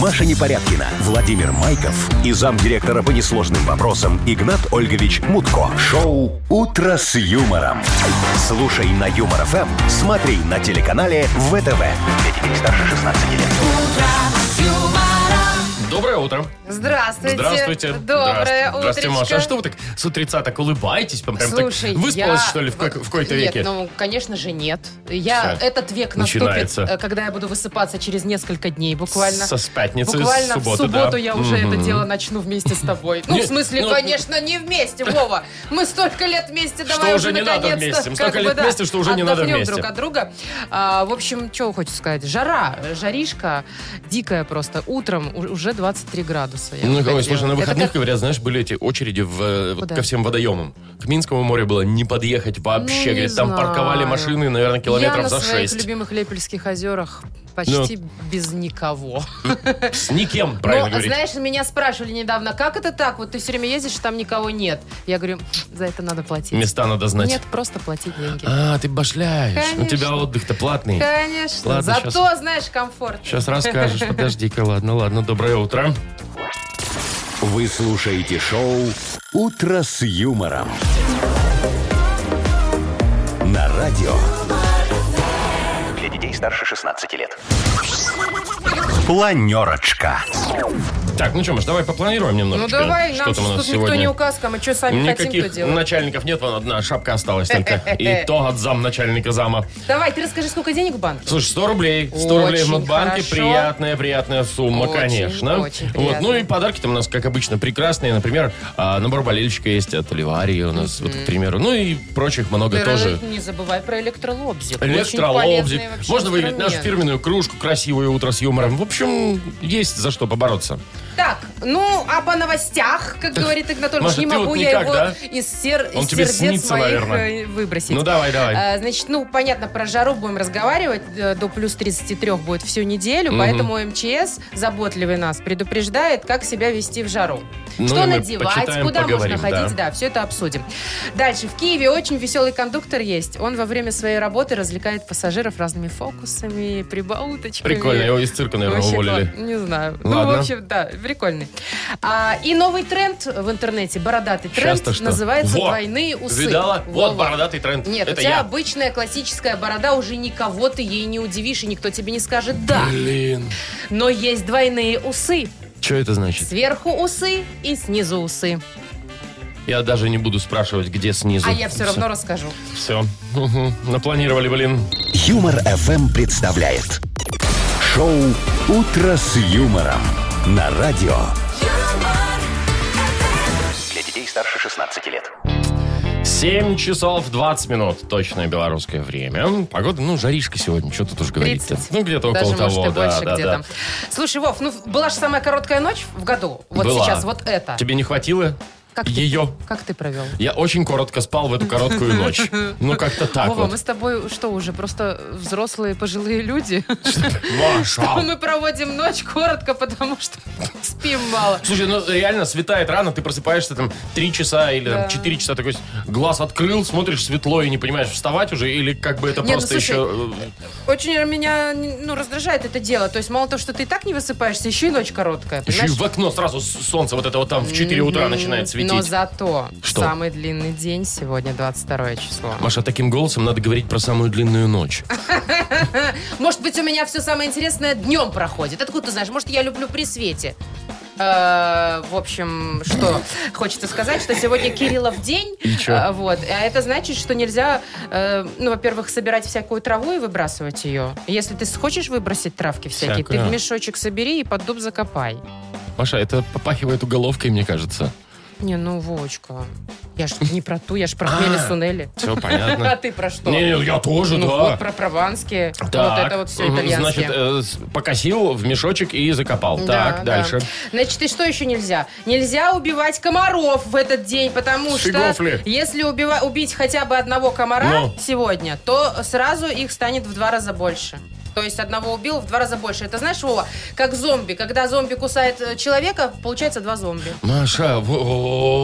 Маша Непорядкина, Владимир Майков и замдиректора по несложным вопросам Игнат Ольгович Мутко. Шоу «Утро с юмором». Слушай на Юмор ФМ, смотри на телеканале ВТВ. Для детей старше 16 лет. Доброе утро. Здравствуйте. Здравствуйте. Доброе Здравствуйте. Здравствуйте, Маша. утречко. А что вы так с утреца так улыбаетесь? Прям так Слушай, выспалась, я- что ли, в, как- в какой-то Нет, веке? ну, конечно же, нет. Я, Всё. этот век наступит, Начинается. э, когда я буду высыпаться через несколько дней буквально. Со- с пятницы, с Буквально субботы, в субботу да. я уже Мгм. это дело начну вместе с тобой. Ну, Не, в смысле, ну, конечно, не вместе, Вова. Мы столько лет вместе, Что давай уже не надо наконец-то. вместе. Мы как столько бы, лет да, вместе, что уже не надо отдохнем вместе. друг от друга. А, в общем, что хочется сказать. Жара, жаришка дикая просто. Утром у- уже 23 градуса. я Ну, выходила. Николай, слушай, на Это выходных, как- говорят, знаешь, были эти очереди в, э, вот Куда? ко всем водоемам. К Минскому морю было не подъехать вообще. Ну, не говорят, там знаю. парковали машины, наверное, километров Я на за своих шесть. любимых Лепельских озерах почти без никого. С никем, Ну, правильно Но, говорить. знаешь, меня спрашивали недавно, как это так? Вот ты все время ездишь, а там никого нет. Я говорю, за это надо платить. Места надо знать. Нет, просто платить деньги. А, ты башляешь. У Конечно. тебя отдых-то платный. Конечно. Ладно, Зато, щас. знаешь, комфорт. Сейчас расскажешь. Подожди-ка, ладно, ладно. Доброе утро. Вы слушаете шоу «Утро с юмором». На радио. Для детей старше 16 лет. Планерочка. Так, ну что, Маш, давай попланируем Ну немножечко. давай, что нам там у ж нас тут никто сегодня. не указка, мы что сами хотим, то Никаких делаем. начальников нет, вон одна шапка осталась только. И то от зам начальника зама. Давай, ты расскажи, сколько денег в банке? Слушай, 100 рублей. 100 рублей в Очень Мудбанке. хорошо. Приятная, приятная сумма, Очень, конечно. очень вот. приятно. Ну и подарки там у нас, как обычно, прекрасные. Например, а, набор болельщика есть от Ливарии у нас, вот, к примеру. Ну и прочих много Ты тоже. Не забывай про электролобзик. Очень Электролобзик. полезный вообще Можно выиграть нашу инструмент. фирменную кружку «Красивое утро с юмором». В общем, есть за что побороться. Так, ну, а по новостях, как говорит Игнатольевич, Маша, не ты могу вот я никак, его да? из, сер- Он из тебе сердец снится, моих наверное. э, выбросить. Ну давай, давай. А, Значит, ну, понятно, про жару будем разговаривать. э, До плюс 33 будет всю неделю, Мгм. поэтому МЧС, заботливый нас, предупреждает, как себя вести в жару. Ну и Что мы надевать, почитаем, куда поговорим, можно ходить, да. да. все это обсудим. Дальше. В Киеве очень веселый кондуктор есть. Он во время своей работы развлекает пассажиров разными фокусами, прибауточками. Прикольно, его из цирка, наверное, Вообще уволили. класс. Не знаю. Ну, Ладно. в общем, да, прикольный. А, и новый тренд в интернете, бородатый тренд, Часто что? называется Во! «Двойные усы». Видала? Во-во. Вот бородатый тренд. Нет, Это у тебя я. обычная классическая борода, уже никого ты ей не удивишь, и никто тебе не скажет «да». Блин. Но есть двойные усы. Что это значит? Сверху усы и снизу усы. Я даже не буду спрашивать, где снизу. А я все равно расскажу. Все. Мгм. Напланировали, блин. Юмор FM представляет шоу Утро с юмором на радио. Для детей старше 16 лет. 7 часов 20 минут. Точное белорусское время. Погода, ну, жаришка сегодня. Что тут уж говорить 30. Ну, где-то Даже, около может, того. и да, больше да, где-то. да. Слушай, Вов, ну была же самая короткая ночь в году. Вот Была. сейчас вот это. Тебе не хватило Как ты- ее? Как ты провел? Я очень коротко спал в эту короткую ночь. Ну, как-то так Вова, мы вот. с тобой что уже, просто взрослые пожилые люди? Маша! Мы проводим ночь коротко, потому что спим мало. Слушай, ну реально светает рано, ты просыпаешься там 3 часа или там, 4 часа, такой глаз открыл, смотришь светло и не понимаешь, вставать уже или как бы это Не, ну, просто слушай, еще... э, Очень меня ну, раздражает это дело. То есть мало того, что ты и так не высыпаешься, еще и ночь короткая. Еще и понимаешь? в окно сразу с- солнце вот это вот там в 4 утра начинает Но светить. зато Что? самый длинный день сегодня 22 число. Маша, таким голосом надо говорить про самую длинную ночь. Может быть, у меня все самое интересное днем проходит. Откуда ты знаешь? Может, я люблю при свете. Э, В общем, что хочется сказать, что сегодня Кириллов день. И чё? Э, Вот. А это значит, что нельзя, э, ну, во-первых, собирать всякую траву и выбрасывать ее. Если ты хочешь выбросить травки всякие, ты Всякую. в мешочек собери и под дуб закопай. Маша, это попахивает уголовкой, мне кажется. Не, ну, Вовочка, я ж не про ту, я ж про хмели А. сунели. Все А понятно. ты про что? Не, не, я тоже, Ну да. вот, про прованские, вот Так, это вот все мгм, итальянские. Значит, э, с- покосил в мешочек и закопал. Да, так, да. дальше. Значит, и что еще нельзя? Нельзя убивать комаров в этот день, потому С что фигов ли? если убива- убить хотя бы одного комара Ну. сегодня, то сразу их станет в два раза больше. То есть одного убил в два раза больше. Это знаешь, Вова, как зомби. Когда зомби кусает э, человека, получается два зомби. Маша, в-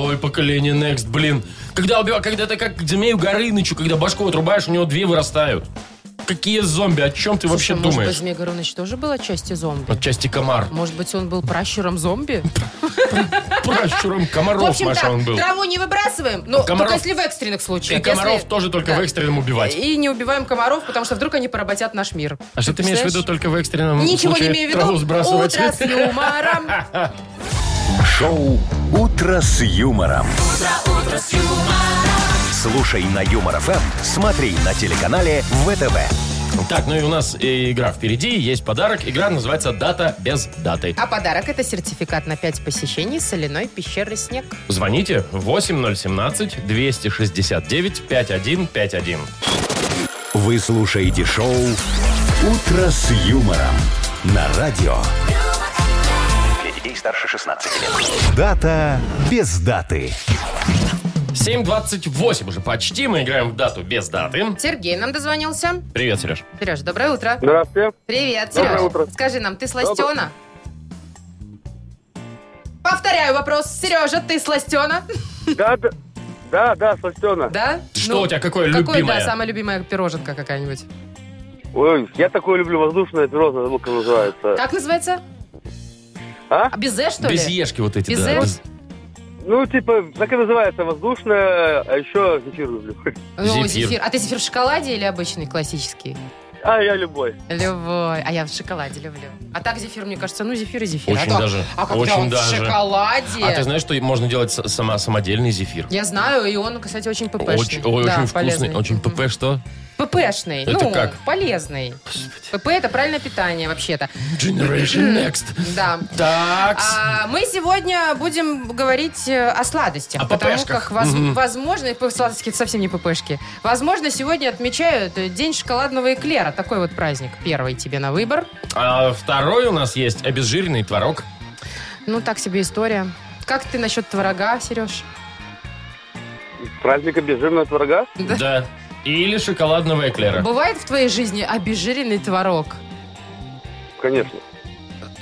ой, поколение Next, блин. Когда убивал, когда это как змею Горынычу, когда башку отрубаешь, у него две вырастают. какие зомби? О чем ты вообще Слушай, может быть, думаешь? Змей Горыныч тоже была частью зомби? Отчасти комар. Может быть, он был пращуром зомби? Пращуром В комаров, общем, Маша, он так, был. траву не выбрасываем, но Комаров- только если в экстренных случаях. И комаров Если- тоже только Да. Э, в экстренном убивать. И не убиваем комаров, потому что вдруг они поработят наш мир. А что ты имеешь в виду Представляешь? только в экстренном Ничего не случае имею в траву виду. сбрасывать? Утро с юмором. Шоу «Утро с юмором». Слушай на Юмор ФМ, смотри на телеканале ВТВ. Так, ну и у нас э, игра впереди, есть подарок. Игра называется «Дата без даты». А подарок это сертификат на 5 посещений соляной пещеры «Снег». Звоните 8017-269-5151. Вы слушаете шоу «Утро с юмором» на радио. Для детей старше 16 лет. Дата без даты. 7.28 уже почти, мы играем в дату без даты. Сергей нам дозвонился. Привет, Сереж. Сереж, доброе утро. Здравствуйте. Привет, Доброе Сереж. утро. Скажи нам, ты сластена? Повторяю вопрос. Сережа, ты сластена? Да, да, да, да, Сластена. Да? Ну, Что у тебя, какое Какое, любимое? да, самая любимая пироженка какая-нибудь? Ой, я такое люблю воздушное пирожное, забыл, как называется. Как называется? А? без «э», что ли? Без ешки вот эти, Без да. «э»? без- Ну, типа, так и называется воздушное, а еще зефир люблю. Ну, Зефир. зефир. А ты зефир в шоколаде или обычный, классический? А, я любой. Любой. А я в шоколаде люблю. А так зефир, мне кажется, ну зефир и зефир. Очень а, то- даже, а когда очень он даже. в шоколаде... А ты знаешь, что можно делать с- сама, самодельный зефир? Я знаю, и он, кстати, очень ппшный. Очень, ой, Да, очень вкусный, полезный. очень Мгм. ПП, что? ППшный. Это ну, как? полезный. ПП это правильное питание вообще-то. Generation Next. Да. Так. А мы сегодня будем говорить э, о сладостях, О потому ППшках. как воз- Мгм. возможно, и п- сладости это совсем не ППшки. Возможно, сегодня отмечают э, День шоколадного эклера. Такой вот праздник. Первый тебе на выбор. А второй у нас есть обезжиренный творог. Ну, так себе история. Как ты насчет творога, Сереж? Праздник обезжиренного творога? Да. Да. Или шоколадного эклера. Бывает в твоей жизни обезжиренный творог? Конечно.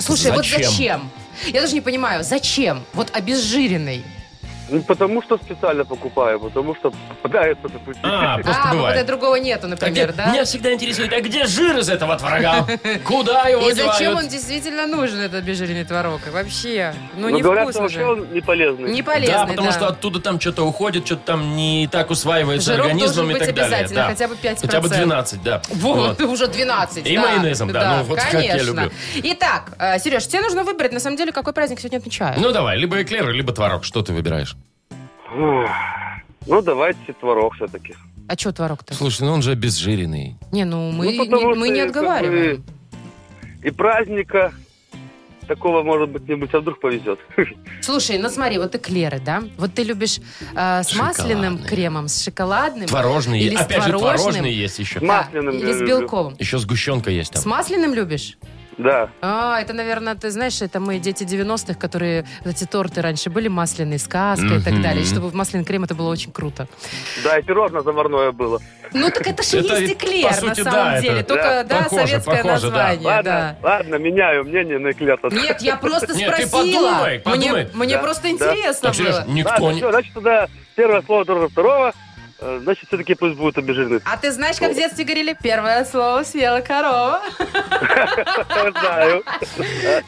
Слушай, вот Зачем? зачем? Я даже не понимаю, зачем? Вот обезжиренный. Ну, потому что специально покупаю, потому что попадается по пути. А, просто а, вот бывает. это другого нету, А где- например, да? Меня всегда интересует, а где жир из этого творога? Куда его И зачем девают? он действительно нужен, этот обезжиренный творог? Вообще, ну Но не говорят, что вкусно вообще же. он не полезный. Не полезный, да, потому что оттуда там что-то уходит, что-то там не так усваивается Жирок организмом должен и быть так далее. обязательно, Да. хотя бы 5%. Хотя бы 12, да. Вот, ты уже 12. И да. майонезом, да, ну вот как я конечно. люблю. Итак, Сереж, тебе нужно выбрать, на самом деле, какой праздник сегодня отмечают. Ну давай, либо эклеры, либо творог. Что ты выбираешь? Ух. Ну, давайте творог все-таки. А что творог-то? Слушай, ну он же обезжиренный. Не, ну мы, Ну, потому не, мы что не это отговариваем. И праздника такого, может быть, не быть, а вдруг повезет. Слушай, ну смотри, вот эклеры, да? Вот ты любишь э, с масляным Шоколадные. кремом, с шоколадным. Творожный. Или с Опять же, творожным. творожный есть еще. да, масляным Или я с люблю. белковым. Еще сгущенка есть С там. масляным любишь? Да. А, это, наверное, ты знаешь, это мы дети 90-х, которые эти торты раньше были масляные, сказка и так Мгм. далее. И чтобы в масляный крем это было очень круто. Да, и пирожное заварное было. Ну так это же Это есть ведь, по эклер, на сути, самом да, деле. это- Только, да, да, похоже, советское похоже, да. название, да. ладно, ладно, меняю мнение на эклер. Нет, я просто Нет, ты спросила. подумай, подумай. Мне, мне Да, просто да. интересно Так, Сереж, было. никто Ладно, не... всё, значит, тогда первое слово дороже второго. Э, Значит, все-таки пусть будет обезжиренный. А ты знаешь, как в детстве говорили, первое слово съела корова. Знаю.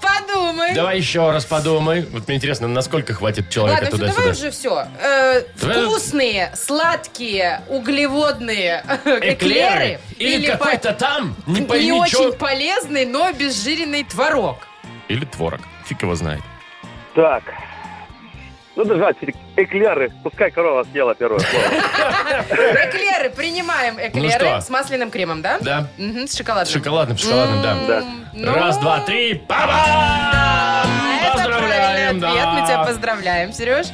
Подумай. Давай еще раз подумай. Вот мне интересно, насколько хватит человека Ладно, всё, туда-сюда. давай уже все. Давай- вкусные, сладкие, углеводные э, эклеры. Или, по- какой-то там, не пойми не чё. очень полезный, но обезжиренный творог. Или творог. Фиг его знает. Так. Ну, давайте, эклеры. Пускай корова съела первое слово. Эклеры, принимаем эклеры Ну что? с масляным кремом, да? Да. Мгм, с С шоколадным. шоколадным, шоколадным, да. Да. Ну, Раз, два, три, па а это Поздравляем, правильный ответ. Мы тебя да. поздравляем, Сереж.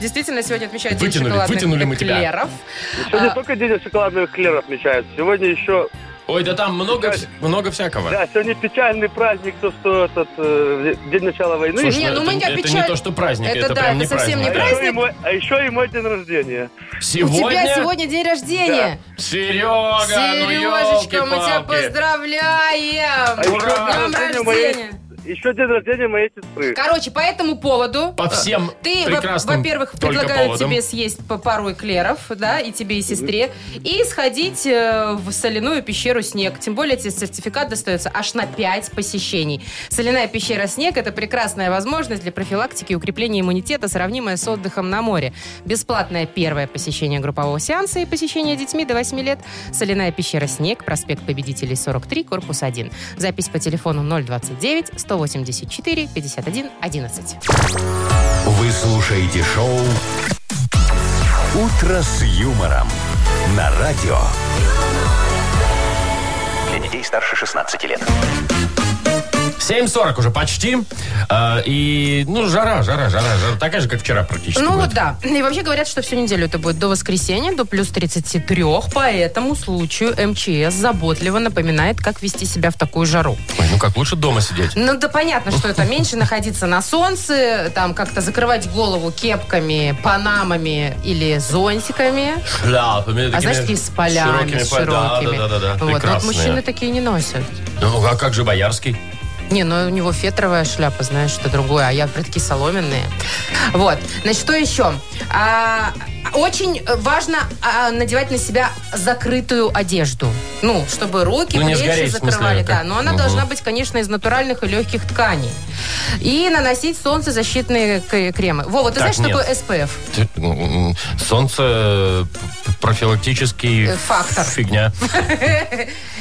Действительно, сегодня отмечают Вытянули, День шоколадных вытянули мы тебя. эклеров. Сегодня А, только день шоколадных эклеров отмечают. Сегодня еще... Ой, да там много, Печаль. много всякого. Да, сегодня печальный праздник, то, что этот... э, день начала войны. Слушай, Не, ну ну это, мы не это не опечаль- то, что праздник, это, Это да, прям не это совсем праздник. ну, не да. А еще, праздник? и мой, а еще и мой день рождения. У тебя Сегодня... сегодня день рождения. Серега, ну Сережечка, мы тебя ёлки-палки. поздравляем. А еще Ура! день Днем рождения у моей, рождения. еще день рождения моей сестры. Короче, по этому поводу... По всем Э, Ты, во- прекрасным во-первых, только предлагаю поводам. тебе съесть по пару эклеров, да, и тебе, и сестре, и сходить э, в соляную пещеру «Снег». Тем более тебе сертификат достается аж на 5 посещений. Соляная пещера «Снег» — это прекрасная возможность для профилактики и укрепления иммунитета, сравнимая с отдыхом на море. Бесплатное первое посещение группового сеанса и посещение детьми до 8 лет. Соляная пещера «Снег», проспект Победителей, 43, корпус 1. Запись по телефону 029-184-51-11. Вы слушаете шоу «Утро с юмором» на радио. Для детей старше 16 лет. 7.40 уже почти. А, и, ну, жара, жара, жара, жара. Такая же, как вчера практически. Ну будет. вот да. И вообще говорят, что всю неделю это будет до воскресенья, до плюс 33. По этому случаю МЧС заботливо напоминает, как вести себя в такую жару. Ой, ну как, лучше дома сидеть. Ну да понятно, что это меньше находиться на солнце, там как-то закрывать голову кепками, панамами или зонтиками. Шляпами. А знаешь, такие с полями, с широкими. Да, да, да. да. Вот, вот прекрасные. мужчины такие не носят. Ну, а как же Боярский? Не, ну у него фетровая шляпа, знаешь, что другое, а я прям такие соломенные. Вот. Значит, что еще? А, очень важно а, надевать на себя закрытую одежду. Ну, чтобы руки, Ну, не плечи сгореть, в смысле, закрывали. как- Да, но она Мгм. должна быть, конечно, из натуральных и легких тканей. И наносить солнцезащитные к- кремы. Вова, ты Так, знаешь, нет. что такое СПФ? Ты- ну, м, м, Солнце э, профилактический Э, фактор. фигня.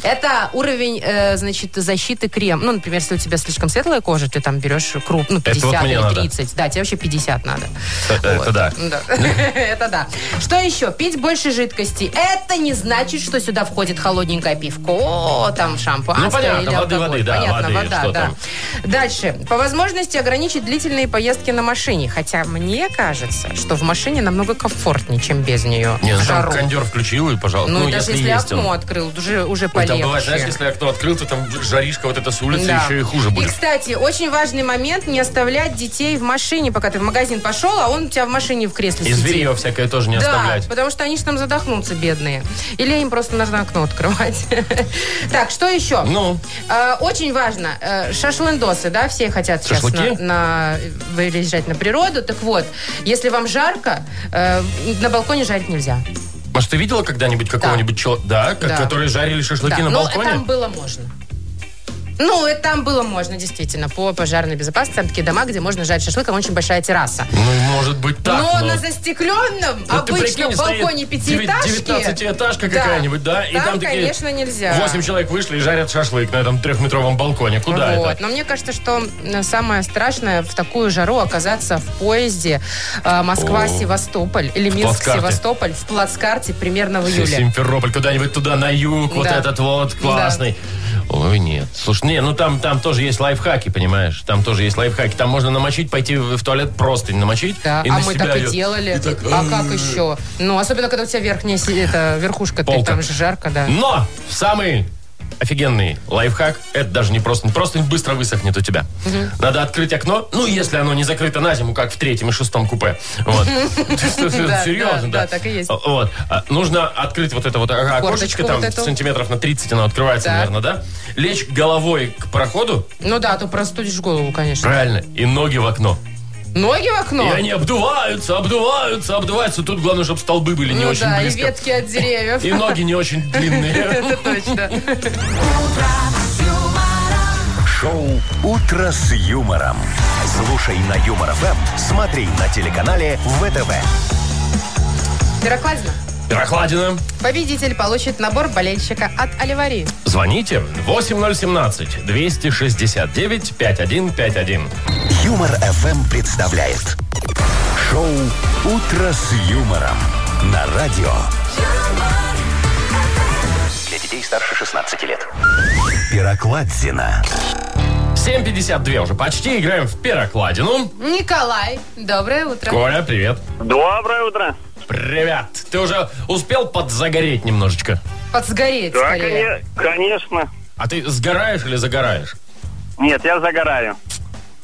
Это уровень, э, значит, защиты крем. Ну, например, если у тебя слишком светлая кожа, ты там берешь круп, ну, Это 50 вот мне или надо. 30. Да, тебе вообще 50 надо. Э, Это Вот. да. Да. Это да. Что еще? Пить больше жидкости. Это не значит, что сюда входит холодненькое пивко, там шампунь. Ну, понятно, воды, воды, да, воды, что там. Дальше. По возможности ограничить длительные поездки на машине. Хотя мне кажется, что в машине намного комфортнее, чем без нее. Не, В ну там жару. кондер включил, и, пожалууйста, Ну, и даже если есть он. окно открыл, уже, уже Ой, полегче. там бывает, знаешь, если окно открыл, то там жаришка вот эта с улицы Да. еще и хуже будет. кстати, очень важный момент не оставлять детей в машине, пока ты в магазин пошел, а он у тебя в машине в кресле И сидит. зверье всякое тоже не Да, оставлять. потому что они же там задохнутся, бедные. Или им просто нужно окно открывать. Так, что еще? Ну, Э, Очень важно, э, шашлындосы, да, все хотят сейчас на, Шашлыки? на- выезжать на природу. Так вот, если вам жарко, э, на балконе жарить нельзя. может, ты видела когда-нибудь какого-нибудь человека, да, ко- Да. которые жарили шашлыки Да, на ну, балконе? там было можно. Ну, это там было можно, действительно, по пожарной безопасности. Там такие дома, где можно жарить шашлык, а очень большая терраса. Ну, может быть, так, но, но... на застекленном, Вот ты обычном прикинь, стоит балконе пятиэтажки... 19-этажка какая-нибудь, да? И там, там такие конечно, нельзя. 8 человек вышли и жарят шашлык на этом трехметровом балконе. Куда вот. это? Но мне кажется, что м, самое страшное в такую жару оказаться в поезде э, Москва-Севастополь или плацкарте. Минск-Севастополь в плацкарте примерно в июле. Симферополь, куда-нибудь туда, на юг, вот ну, Да. этот вот, классный. Ой, нет. Слушай, не, ну там, там тоже есть лайфхаки, понимаешь? Там тоже есть лайфхаки. Там можно намочить, пойти в в туалет просто намочить. Да, и а на мы себя так и её- делали. и так, а э, как еще? Ну, особенно, когда у тебя верхняя си- это, верхушка, ты, Полка. там же жарко, да. Но самый офигенный лайфхак, это даже не просто, просто быстро высохнет у тебя. Надо открыть окно, ну, если оно не закрыто на зиму, как в третьем и шестом купе. Вот. Что, Да, да, Серьезно, да. да, так и есть. Вот. А, Нужно открыть вот это вот о- окошечко, Форточку там вот эту. сантиметров на 30 оно открывается, Так. наверное, да? Лечь головой к проходу, Ну да, то простудишь голову, конечно. правильно, и ноги в окно. Ноги в окно? И они обдуваются, обдуваются, обдуваются. Тут главное, чтобы столбы были не ну очень да, и близко. ветки от деревьев. И ноги не очень длинные. Это точно. Шоу «Утро с юмором». Слушай на Юмор ФМ, смотри на телеканале ВТВ. Пирокладина. Прохладина. Победитель получит набор болельщика от Оливари. Звоните 8017 269 5151. Юмор ФМ представляет. Шоу «Утро с юмором» на радио. Для детей старше 16 лет. Пирокладзина. 752 уже почти играем в перокладину. Николай, доброе утро. Коля, привет. Доброе утро. Привет. Ты уже успел подзагореть немножечко? Подсгореть Да, скорее. коне- конечно. А ты сгораешь или загораешь? Нет, я загораю.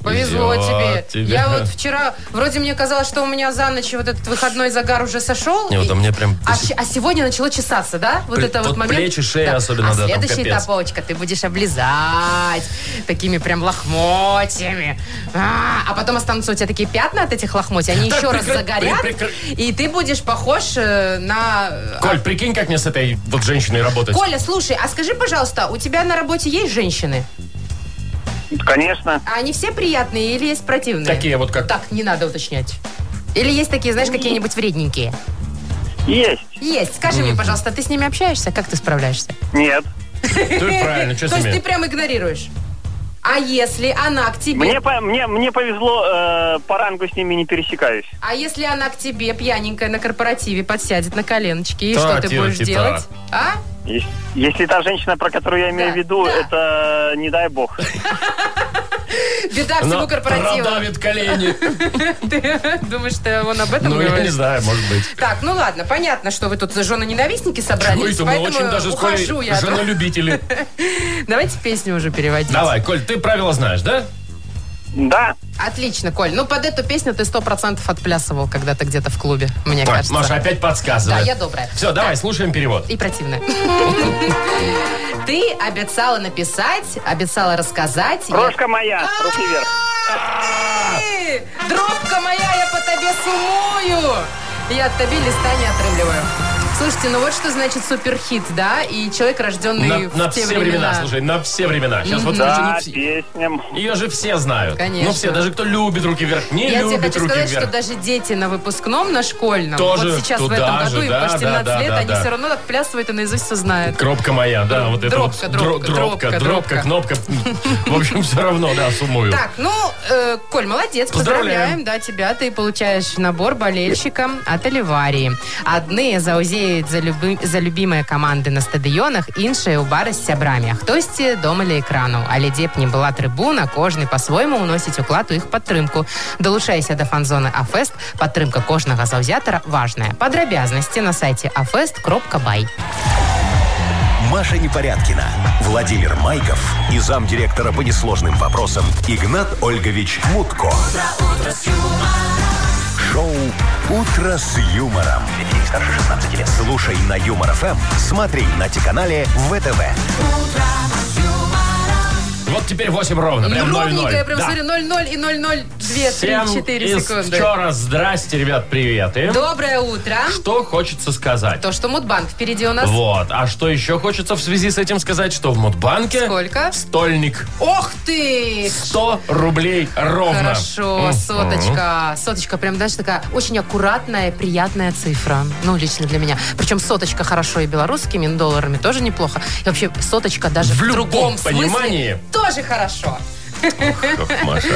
Повезло Везет тебе. тебе. Я вот вчера, вроде мне казалось, что у меня за ночь вот этот выходной загар уже сошел. Не, вот И- у меня прям А, до сих- щ- а сегодня начало чесаться, да? Вот Пре- это вот вот момент. плечи, шея особенно, а да, там следующий капец. этап, Очка, ты будешь облизать такими прям лохмотьями. А, а потом останутся у тебя такие пятна от этих лохмотьев, они Так, еще раз прекра- загорят, при- прекра- и ты будешь похож э, на... Коль, прикинь, как мне с этой вот женщиной работать. Коля, слушай, а скажи, пожалуйста, у тебя на работе есть женщины? Конечно. А они все приятные или есть противные? Такие вот как... Так, не надо уточнять. Или есть такие, знаешь, какие-нибудь вредненькие? Есть. Есть. Скажи мне, пожалуйста, ты с ними общаешься? Как ты справляешься? Нет. Ты правильно, что А, ну с То есть ты ними? прям игнорируешь? А если она к тебе... Мне, по- мне, мне повезло, э, по рангу с ними не пересекаюсь. А если она к тебе пьяненькая на корпоративе подсядет на коленочки, и Та, что ты Тина, будешь Тита. делать? А? Ес- Если та женщина, про которую я имею Да, в виду, да. это не дай бог. Беда всего Она корпоратива. продавит колени. Ты думаешь, что он об этом Ну, я не говорит? знаю, может быть. Ну, Так, ну ладно, понятно, что вы тут за жены-ненавистники Ой, собрались, это мы очень даже поэтому с Колей ухожу я. женолюбители. Давайте песню уже переводить. Давай, Коль, ты правила знаешь, да? Да. Отлично, Коль. Ну, под эту песню ты сто процентов отплясывал когда-то где-то в клубе, мне Ой, кажется. Маша опять Да, подсказывает. я добрая. Все, давай, слушаем перевод. И противная. Ты обещала написать, обещала рассказать. я- Крошка моя, руки вверх. Эй, Дробка моя, я по тебе сумую. Я от тебе листа не отрывливаю. Слушайте, ну вот что значит суперхит, да? И человек, На, рожденный в на те все времена, слушай, на все времена. Сейчас вот Да, слушай, не все- песня. ее же все знают. Конечно. Ну все, даже кто любит руки вверх, не Я тебе любит хочу руки сказать, вверх. что даже дети на выпускном, на школьном, Тоже вот сейчас в туда этом году, же, им да, по 17 да, да, лет, да, они да. все равно отплясывают и наизусть все знают. Кропка моя, да, вот это Дробка, вот. дробка, дро- дробка, дробка, дробка, кнопка. В общем, все равно, да, сумую. Так, ну, э, Коль, молодец, Поздравляем. поздравляем, да, тебя. Ты получаешь набор болельщика от Оливарии. Одни заузеют за, люби- за любимые команды на стадионах, іншие у бара А з сябрамі. Хтосьці э, дома ля екрану. Але дзе б не была трибуна, кожны по-свойму уносіць уклад у іх падтрымку. Далучайся до фан-зоны А Афест. Падтрымка кожнага заўзятара важная. Падрабязнасці на А сайце afest.by. Маша Непорядкина, Владимир Майков и замдиректора по несложным вопросам Игнат Ольгович Мутко. Шоу Утро с юмором. Слушай на юмор ФМ, смотри на телеканале ВТВ. Вот теперь 8 ровно, прям 0-0. Ровненькая, прям Да. смотри, 0-0 и 0-0, 2, 3, Всем 4 из секунды. вчера здрасте, ребят, привет. И Доброе утро. Что хочется сказать? То, что Мудбанк впереди у нас. Вот. А что еще хочется в связи с этим сказать, что в Мудбанке... Сколько? Стольник. Ох ты! 100 рублей ровно. Хорошо, М. соточка. Соточка прям, знаешь, такая очень аккуратная, приятная цифра. Ну, лично для меня. Причем соточка хорошо и белорусскими и долларами тоже неплохо. И вообще соточка даже в, В любом другом смысле понимании. тоже хорошо. Ох, Маша.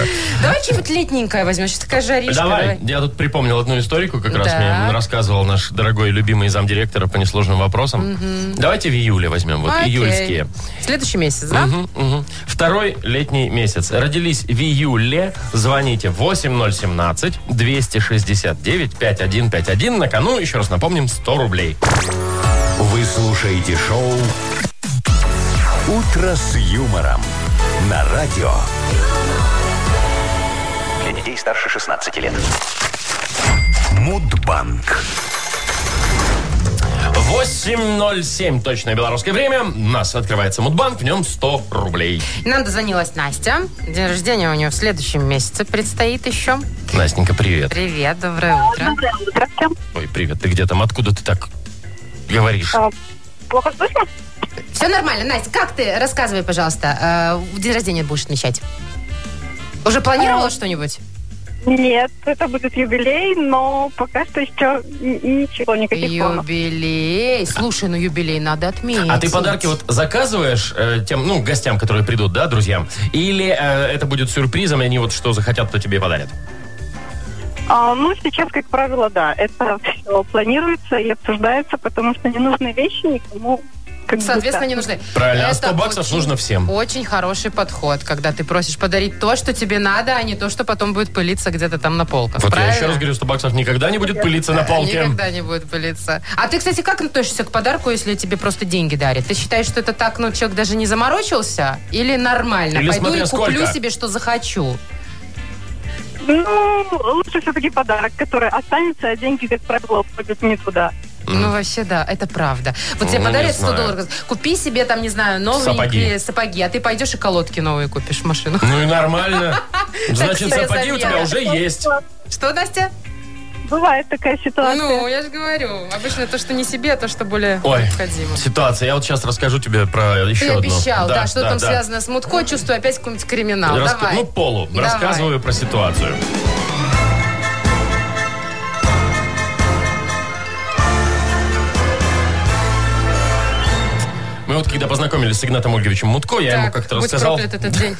Давай что-нибудь летненькое возьмем. Сейчас такая жаришка. Давай, я тут припомнил одну историку, как раз Да. мне рассказывал наш дорогой любимый замдиректора по несложным вопросам. Давайте в июле возьмем, вот Окей. июльские. Следующий месяц, да? Мгм, мгм. Второй летний месяц. Родились в июле. Звоните 8017-269-5151. На кону, еще раз напомним, 100 рублей. Вы слушаете шоу Утро с юмором на радио. Для детей старше 16 лет. Мудбанк. 8.07, точное белорусское время. У нас открывается Мудбанк, в нем 100 рублей. Нам дозвонилась Настя. День рождения у нее в следующем месяце предстоит еще. Настенька, привет. Привет, доброе утро. Доброе утро всем. Ой, привет, ты где там? Откуда ты так говоришь? А, Плохо слышно? Все нормально. Настя, как ты? Рассказывай, пожалуйста. э, день рождения будешь отмечать? Уже планировала А. что-нибудь? Нет, это будет юбилей, но пока что еще н- ничего, никаких планов. Юбилей. Слушай, ну юбилей надо отметить. А ты подарки вот заказываешь э, тем, ну, гостям, которые придут, да, друзьям? Или э, это будет сюрпризом, и они вот что захотят, то тебе и подарят? А, ну, сейчас, как правило, да, это все планируется и обсуждается, потому что ненужные вещи никому... Как бы, Соответственно, да. не нужны. Правильно, а Это 100 баксов очень- нужно всем. Очень хороший подход, когда ты просишь подарить то, что тебе надо, а не то, что потом будет пылиться где-то там на полках. Вот Правильно? я еще раз говорю, 100 баксов никогда не будет пылиться на полке. Никогда не будет пылиться. А ты, кстати, как относишься к подарку, если тебе просто деньги дарят? Ты считаешь, что это так, ну, человек даже не заморочился? Или нормально? Или Пойду и смотря куплю сколько. себе, что захочу. Ну, лучше все-таки подарок, который останется, а деньги, как правило, уходят не туда. Ну, вообще, да, это правда. Вот тебе Ну, не подарят 100 знаю. долларов. Купи себе там, не знаю, новенькие сапоги, а ты пойдешь и колодки новые купишь в машину. Ну и нормально. Значит, себе сапоги у тебя заметно. уже есть. Что, Настя? Бывает такая ситуация. Ну, я же говорю. Обычно то, что не себе, а то, что более Ой, необходимо. ситуация. Я вот сейчас расскажу тебе про еще Ты одну. обещал, да, что там да. связано с мутко, чувствую опять какой-нибудь криминал. Раска- Давай. Ну, полу. Давай. Рассказываю про ситуацию. Мы вот когда познакомились с Игнатом Ольговичем Мутко, я ему Так, как-то будь рассказал, проклят этот день.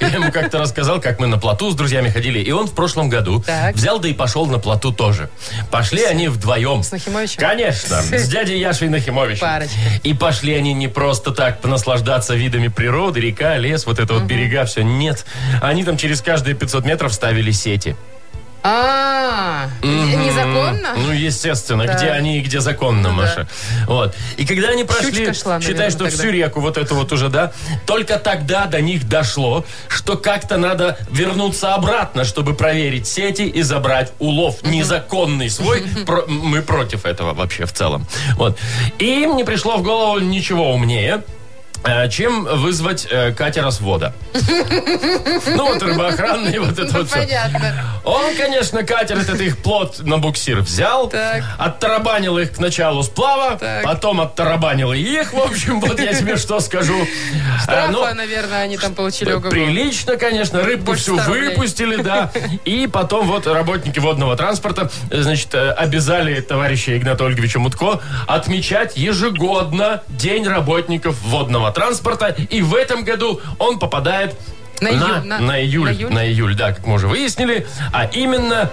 я ему как-то рассказал, как мы на плоту с друзьями ходили, и он в прошлом году Так. взял да и пошел на плоту тоже. Пошли они вдвоем. С Нахимовичем? Конечно, с дядей Яшей Нахимовичем. Парочка. И пошли они не просто так понаслаждаться видами природы, река, лес, вот это вот берега, все. Нет, они там через каждые 500 метров ставили сети. А, Мгм. незаконно? Ну, естественно, Да. где они и где законно, Ну да. Маша. Вот. И когда они прошли, Щучка шла, считай, наверное, что тогда. всю реку вот эту вот уже, да, только тогда до них дошло, что как-то надо вернуться обратно, чтобы проверить сети и забрать улов. Незаконный свой. Про- мы против этого вообще в целом. Вот. И им не пришло в голову ничего умнее, э, чем вызвать э, катера с вода. Ну, вот рыбоохранный, вот это Ну, вот все. понятно. Он, конечно, катер этот их плот на буксир взял, Так. оттарабанил их к началу сплава, Так. потом оттарабанил и их, в общем, вот я тебе что скажу. А, Штрафа, ну, наверное, они там получили уговор. Прилично, конечно, рыбу Больше всю 100 рублей. выпустили, да. И потом вот работники водного транспорта, э, значит, э, обязали товарища Игната Ольговича Мутко отмечать ежегодно День работников водного транспорта. И в этом году он попадает На на, ию- на- на на июль, июль? на июль, да, как мы уже выяснили, а именно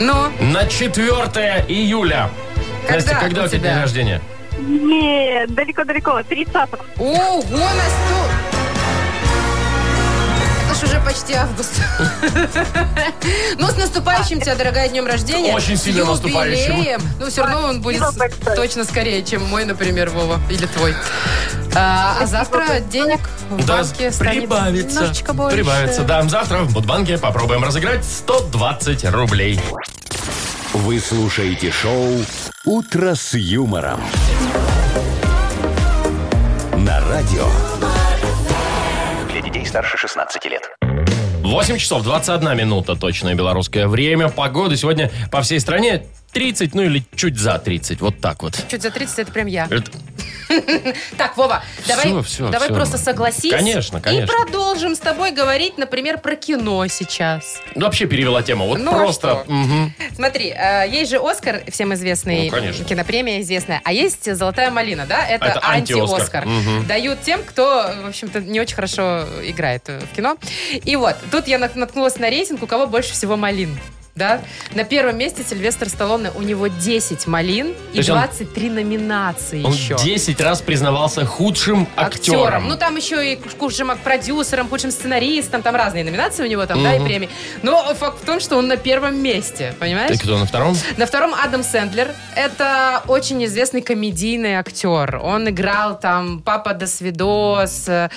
Ну, на 4 июля. Когда Настя, когда у у тебя тебя? день рождения? Не, далеко-далеко, 30 ого, Настю! Это ж уже почти август. Ну, с наступающим тебя, дорогая, днем рождения. Очень сильно С наступающим. юбилеем. Ну, все равно он будет Спасибо большое. точно скорее, чем мой, например, Вова, или твой. А, а завтра денег в Да, банке станет прибавится. немножечко больше. Прибавится, да. Завтра в Будбанке попробуем разыграть 120 рублей. Вы слушаете шоу «Утро с юмором». На радио. Для детей старше 16 лет. 8 часов 21 минута, точное белорусское время. Погода сегодня по всей стране 30, ну или чуть за 30, вот так вот. Чуть за 30 это прям я. Это- Так, Вова, Всё, давай, всё, давай всё. просто согласись. Конечно, конечно. И продолжим с тобой говорить, например, про кино сейчас. ну, Вообще перевела тему, вот Ну, а просто. что? мгм. Смотри, э, есть же Оскар, всем известный, Ну, конечно. кинопремия известная, а есть Золотая малина, да? Это, Это анти-Оскар. анти-Оскар. Мгм. Дают тем, кто, в общем-то, не очень хорошо играет э, в кино. И вот, тут я нат- наткнулась на рейтинг, у кого больше всего малин. Да? На первом месте Сильвестр Сталлоне. У него 10 малин и есть он- 23 номинации Он еще. 10 раз признавался худшим актером. Ну, там еще и худшим продюсером, худшим сценаристом, там разные номинации у него там, да, и Мгм. премии. Но факт в том, что он на первом месте, понимаешь? Ты кто на втором? На втором Адам Сэндлер. Это очень известный комедийный актер. Он играл там «Папа до свидос», э,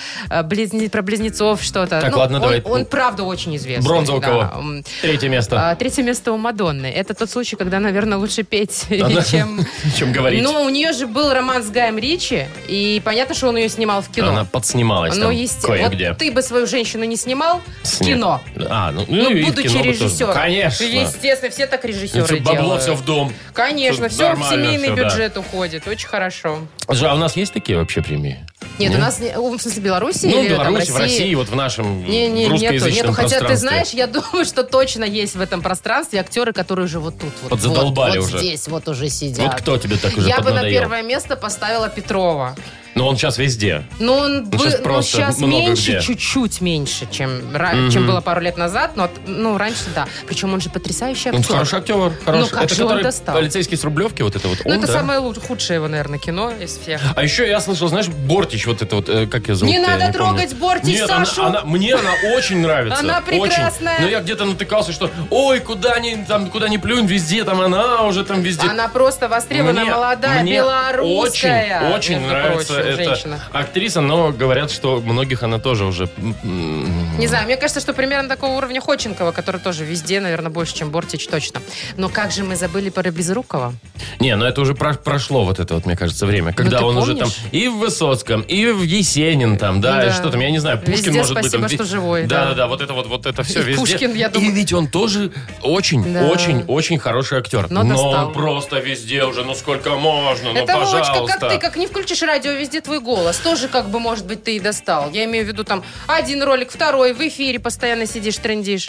близне- про близнецов что-то. Так, Ну, ладно, он, давай. Он правда очень известный. Бронза у да. кого? М, Третье место. а, Третье место у Мадонны. Это тот случай, когда, наверное, лучше петь, Она- А, чем... Чем говорить. Ну, у нее же был роман с Гаем Ричи, и понятно, что он ее снимал в кино. Она подснималась Ну, там есте- кое-где. Вот ты бы свою женщину не снимал в Сне- кино. А, ну, Ну, и в будучи кино бы тоже. режиссером. Конечно. Естественно, все так Ну, режиссеры всё, бабло делают. все в дом. Конечно, Всё все в нормально, семейный всё, да. бюджет уходит. Очень хорошо. Слушай, а у нас есть такие вообще премии? Нет, Нет? у нас, не- в смысле, Беларуси ну, в или там, Беларуси, в России? России, вот в нашем Не, не, в нету, русскоязычном нету. Хотя ты пространстве. знаешь, я думаю, что точно есть в этом пространстве актеры, которые уже вот тут вот. Подзадолбали вот, уже. Вот здесь вот уже сидят. Вот кто тебе так уже Я бы на поднадоел? первое место поставила Петрова. Но он сейчас везде. Ну, он бы- щас ну, просто сейчас много меньше, где. чуть-чуть меньше, чем, ра- чем было пару лет назад, но ну, раньше да. Причем он же потрясающий актер. Он хороший актер, хороший. Ну, как это же он который достал? полицейский с Рублевки, вот это вот. Ну, он, это да? самое луч- худшее его, наверное, кино из всех. А еще я слышал, знаешь, Бортич, вот это вот, э, как я зовут? Не я надо помню. трогать Бортич, Нет, она- Сашу. она- мне она очень нравится. Она очень. прекрасная. Но я где-то натыкался, что, ой, куда ни, там, куда ни плюнь, везде там она уже там везде. Она просто востребована, Мне- молодая, мне белорусская. Очень, очень между нравится это женщина. актриса, но говорят, что многих она тоже уже... м, Не знаю, мне кажется, что примерно такого уровня Ходченкова, который тоже везде, наверное, больше, чем Бортич, точно. Но как же мы забыли про Безрукова? Не, ну это уже про- прошло вот это вот, мне кажется, время. Когда Ну, ты он уже там помнишь? и в Высоцком, и в Есенин там, да, Да. и что там, я не знаю, Пушкин Везде может спасибо, быть там. что живой, Да, да. да, да, вот это вот, вот это все И везде. Пушкин, я И думаю- ведь он тоже очень, Да. очень, очень хороший актер. Но достал. он просто везде уже, ну сколько можно, ну Это, Вовочка, пожалуйста. как ты, как не включишь радио, везде твой голос. Тоже, как бы, может быть, ты и достал. Я имею в виду, там, один ролик, второй, в эфире постоянно сидишь, трендишь.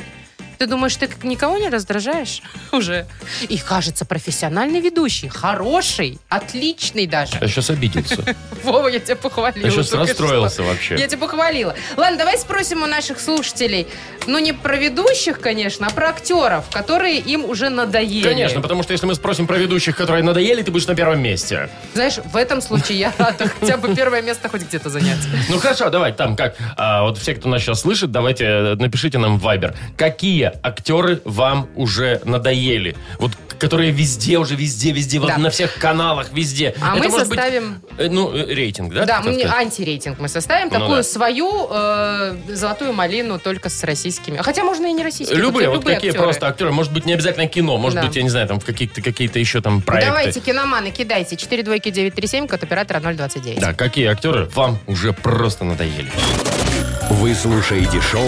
Ты думаешь, ты как никого не раздражаешь уже? И, кажется, профессиональный ведущий, хороший, отличный даже. Я сейчас обиделся. Вова, я тебя похвалила. Я сейчас только расстроился что. вообще. Я тебя похвалила. Ладно, давай спросим у наших слушателей. Ну, не про ведущих, конечно, а про актеров, которые им уже надоели. Конечно, потому что если мы спросим про ведущих, которые надоели, ты будешь на первом месте. Знаешь, в этом случае я рада хотя бы первое место хоть где-то занять. Ну хорошо, давай там как. а, вот все, кто нас сейчас слышит, давайте э, напишите нам в Viber. Какие актеры вам уже надоели? Вот к- которые везде, уже везде, везде, вот Да. на всех каналах, везде. А мы может быть, составим- э, ну, э, рейтинг, да? Да, так мы не- сказать? антирейтинг мы составим. Ну Такую да. свою э, золотую малину только с российскими. А Хотя можно и не российскими. Любые, вообще вот какие актеры. просто актеры. Может быть, не обязательно кино, может Да. быть, я не знаю, там в какие-то какие еще там проекты. Давайте, киноманы, кидайте. 4 двойки 937, код оператора 029. Да, какие актеры вам уже просто надоели? Вы слушаете шоу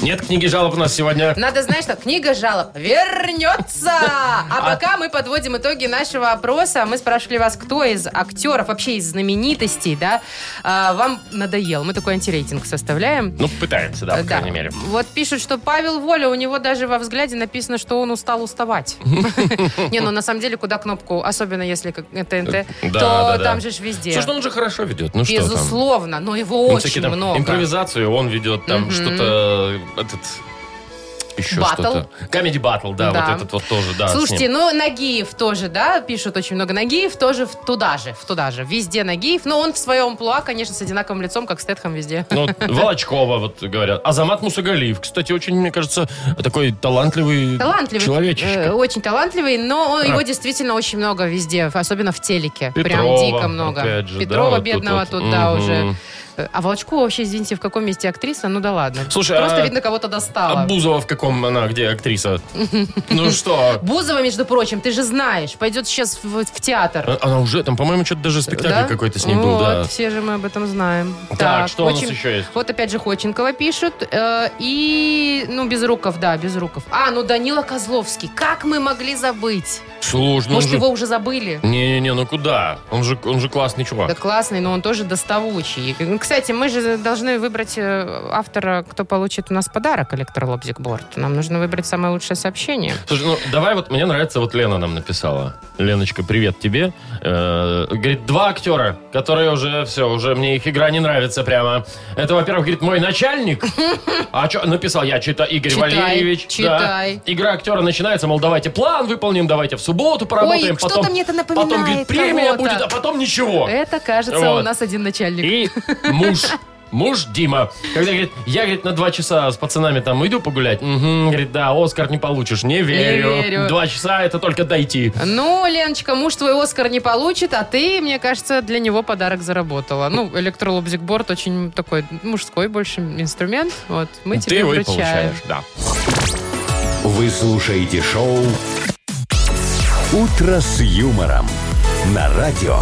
Нет книги жалоб у нас сегодня. Надо знать, что книга жалоб вернется. А пока мы подводим итоги нашего опроса. Мы спрашивали вас, кто из актеров, вообще из знаменитостей, да, а, вам надоел. Мы такой антирейтинг составляем. Ну, пытается, да, по крайней мере. Вот пишут, что Павел Воля, у него даже во взгляде написано, что он устал уставать. Не, ну на самом деле, куда кнопку, особенно если как э, ТНТ, Да, да, то да. там же ж везде. Слушай, ну он же хорошо ведет. Ну что там? Безусловно, но его Ну, очень всякие там много. Импровизацию он ведет, там Мгм. что-то этот еще Баттл. что-то. Камеди баттл, да, Да. вот этот вот тоже, да. А, с Слушайте, ним. ну Нагиев тоже, да, пишут очень много Нагиев, тоже в туда же, в туда же, везде Нагиев, но он в своем плуа, конечно, с одинаковым лицом, как Стэтхэм везде. Ну, вот Волочкова, вот говорят. Азамат Мусагалиев, кстати, очень, мне кажется, такой талантливый, Талантливый. э, человечишка. очень талантливый, но он- А. его действительно очень много везде, особенно в телеке. Прям Петрова, дико много. опять же, да, Петрова вот тут бедного вот. тут, да, Мгм. уже. Э, А Волчкова вообще, извините, в каком месте актриса? Ну да ладно. Слушай, Просто, а- видно, кого-то достала. А Бузова в каком она, где актриса? Ну что? Бузова, между прочим, ты же знаешь, пойдет сейчас в, в театр. а- Она уже, там, по-моему, что-то даже Да? спектакль какой-то с ней был, да. Вот, все же мы об этом знаем. Так, что у нас еще есть? Вот опять же Ходченкова пишут. э, и, ну, Безруков, да, Безруков. А, ну, Данила Козловский. Как мы могли забыть? Сложно Может, ну же. его уже забыли? Не-не-не, ну куда? Он же, он же классный Да чувак. классный, но он тоже доставучий. Ну, Кстати, мы же должны выбрать э, автора, кто получит у нас подарок электролобзикборд. Нам нужно выбрать самое лучшее сообщение. Слушай, ну давай вот, мне нравится, вот Лена нам написала. Леночка, привет тебе. Э, говорит, два актера, которые уже, все, уже мне их игра не нравится прямо. Это, во-первых, говорит, мой начальник. А что написал я, чита Игорь Читай, Валерьевич. читай. Да. Игра актера начинается, мол, давайте план выполним, давайте в субботу поработаем. Ой, что-то мне это напоминает Потом, говорит, премия кого-то. будет, а потом ничего. Это, кажется, у Вот. нас один начальник. И муж. Муж Дима. Когда говорит, я, говорит, на два часа с пацанами там иду погулять. Мгм. говорит, да, Оскар не получишь. Не верю. верю. Два часа это только дойти. Ну, Леночка, муж твой Оскар не получит, а ты, мне кажется, для него подарок заработала. Ну, электролобзикборд очень такой мужской больше инструмент. Вот, мы Ну, Ты тебе его и вручаем. получаешь, да. Вы слушаете шоу «Утро с юмором» на радио.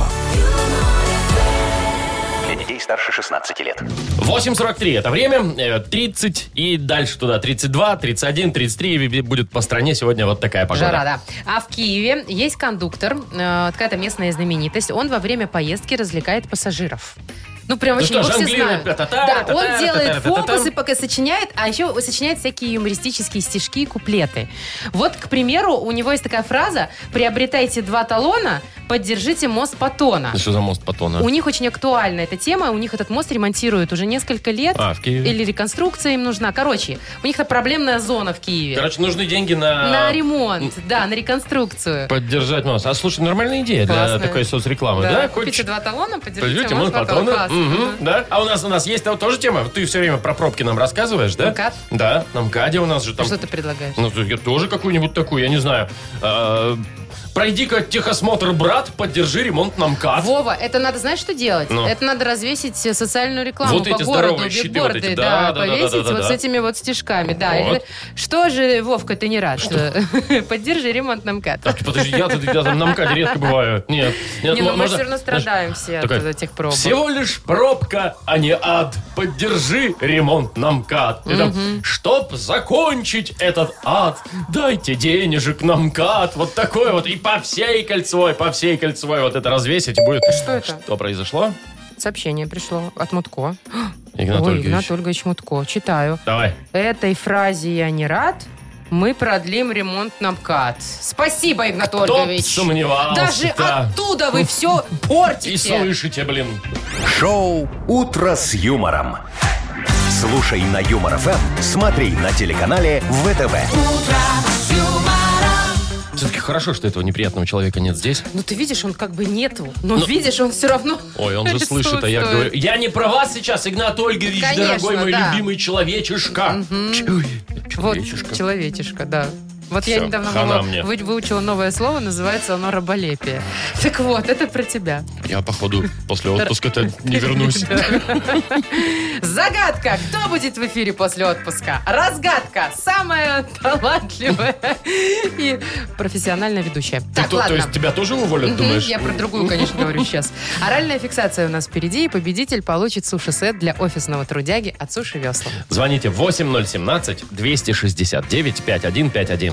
Для детей старше 16 лет. 8.43 это время. Э, 30 и дальше туда. 32, 31, 33. и Будет по стране сегодня вот такая погода. Жара, да. А в Киеве есть кондуктор, э, какая-то местная знаменитость. Он во время поездки развлекает пассажиров. Ну, прям Ну очень что, его все жонглирует, знают. та-та-та, Да, та-та-та, он делает та-та-та, та-та-та. фокусы, пока сочиняет, а еще сочиняет всякие юмористические стишки и куплеты. Вот, к примеру, у него есть такая фраза «Приобретайте два талона, поддержите мост Патона. Это Что за мост Патона? У них очень актуальна эта тема. У них этот мост ремонтируют уже несколько лет. А, в Киеве. Или реконструкция им нужна. Короче, у них это проблемная зона в Киеве. Короче, а, нужны деньги на... на ремонт, да, на реконструкцию. Поддержать мост. А слушай, нормальная идея для Классная. такой соцрекламы, да? Купите два талона, поддержите Подождите, мост мост Патона. Патона. Класс. Мгм, Мгм. да. А у нас у нас есть там тоже тема. Ты все время про пробки нам рассказываешь, да? МКАД. Да, на МКАДе у нас же там. Что ты предлагаешь? Ну, я тоже какую-нибудь такую, я не знаю. А, Пройди-ка техосмотр, брат, поддержи ремонт на МКАД. Вова, это надо, знаешь, что делать? а Ну. Это надо развесить э, социальную рекламу Вот по эти городу, здоровые щиты бигборды, вот эти, да, да, да, да, повесить да, да, вот да. с этими вот стишками, да. Вот. Или- Что же, Вовка, ты не рад? Поддержи ремонт на МКАД. А, подожди, я, тут- я там на МКАДе редко бываю. Нет, нет, Не, ну мы можно- все равно страдаем все от такая, этих пробок. Всего лишь пробка, а не ад. Поддержи ремонт на МКАД. И там, Чтоб закончить этот ад, дайте денежек на МКАД. Вот такое вот. И по всей кольцевой, по всей кольцевой вот это развесить будет. Что это? Что произошло? Сообщение пришло от Мутко. Игнат Ой, Ольгович. Игнат Ольгович Мутко. Читаю. Давай. Этой фразе я не рад. Мы продлим ремонт на МКАД. Спасибо, Игнат Кто б Ольгович. сомневался Даже оттуда вы все И портите. слышите, блин. Шоу «Утро с юмором». Слушай на Юмор ФМ, смотри на телеканале ВТВ. Все-таки хорошо, что этого неприятного человека нет здесь. Ну ты видишь, он как бы нету. Но, видишь, он все равно Ну. Ой, он же слышит, а я присутствует. говорю... Я не про вас сейчас, Игнат Ольгович, Ну, Конечно, дорогой мой да. любимый человечишка. Чуй, Вот, человечишка. человечишка, да. Вот я Всё, недавно хана Вова, мне. вы- выучила новое слово, называется оно раболепие. Так вот, это про тебя. Я, походу, после отпуска-то не вернусь. Загадка. Кто будет в эфире после отпуска? Разгадка. Самая талантливая и профессиональная ведущая. Ты Так, то- ладно. То есть тебя тоже уволят, Мгм, думаешь? Я про другую, конечно, говорю сейчас. Оральная фиксация у нас впереди, и победитель получит суши-сет для офисного трудяги от Суши Весла. Звоните 8017-269-5151.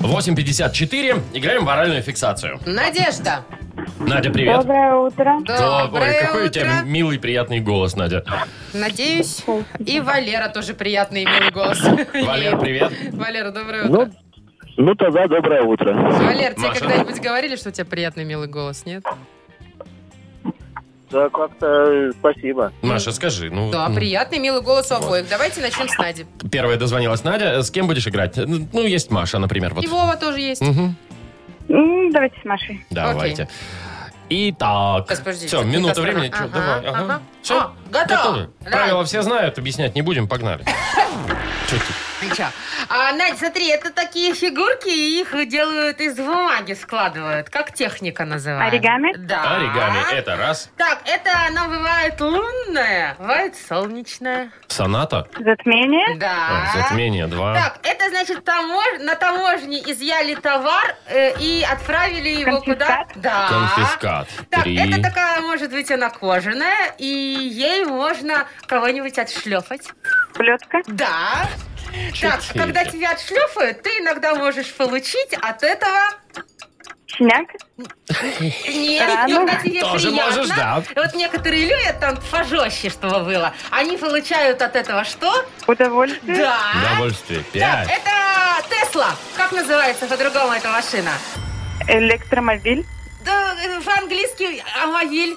8.54. Играем в оральную фиксацию. Надежда. Надя, привет. Доброе утро. Ой, Доброе какой у тебя утро. милый, приятный голос, Надя. Надеюсь. И Валера тоже приятный и милый голос. Валер, привет. Валера, доброе Ну, утро. ну тогда доброе утро. Валер, тебе Маша. когда-нибудь говорили, что у тебя приятный и милый голос, нет? Да, как-то спасибо. Маша, скажи, ну, Да, м, приятный и милый голос у обоих. Давайте начнем с Нади. первая дозвонилась Надя, с кем будешь играть? Ну, ну, есть Маша, например, вот. И Вова тоже есть. Мгм, М, Давайте с Машей. Давайте. Итак, Сейчас, подождите. все, минута Кастрана. времени. Чё, Ага, давай, ага. ага. Всё, А, готово. Да. Правила все знают, объяснять не будем, погнали. Чё ты? Ничего. А, Надь, смотри, это такие фигурки, и их делают из бумаги, складывают. Как техника называется? Оригами? Да. Оригами, это раз. Так, это она бывает лунная, бывает солнечная. Соната, Затмение. Да. а, затмение, два. Так, это значит, тамож- на таможне изъяли товар э, и отправили его Конфискат? куда? Да. Конфискат, Так, три. это такая, может быть, она кожаная, и ей можно кого-нибудь отшлепать. Плетка. Да. Так, Чуть-чуть. когда тебя отшлепают, ты иногда можешь получить от этого... Щеняк. Нет, Рано. когда тебе Тоже приятно. можешь, да. Вот некоторые любят там пожестче, чтобы было. Они получают от этого что? Удовольствие. Да. Удовольствие, А? Так, э- пять. это Тесла. Как называется по-другому эта машина? Электромобиль. Да, э, по-английски автомобиль.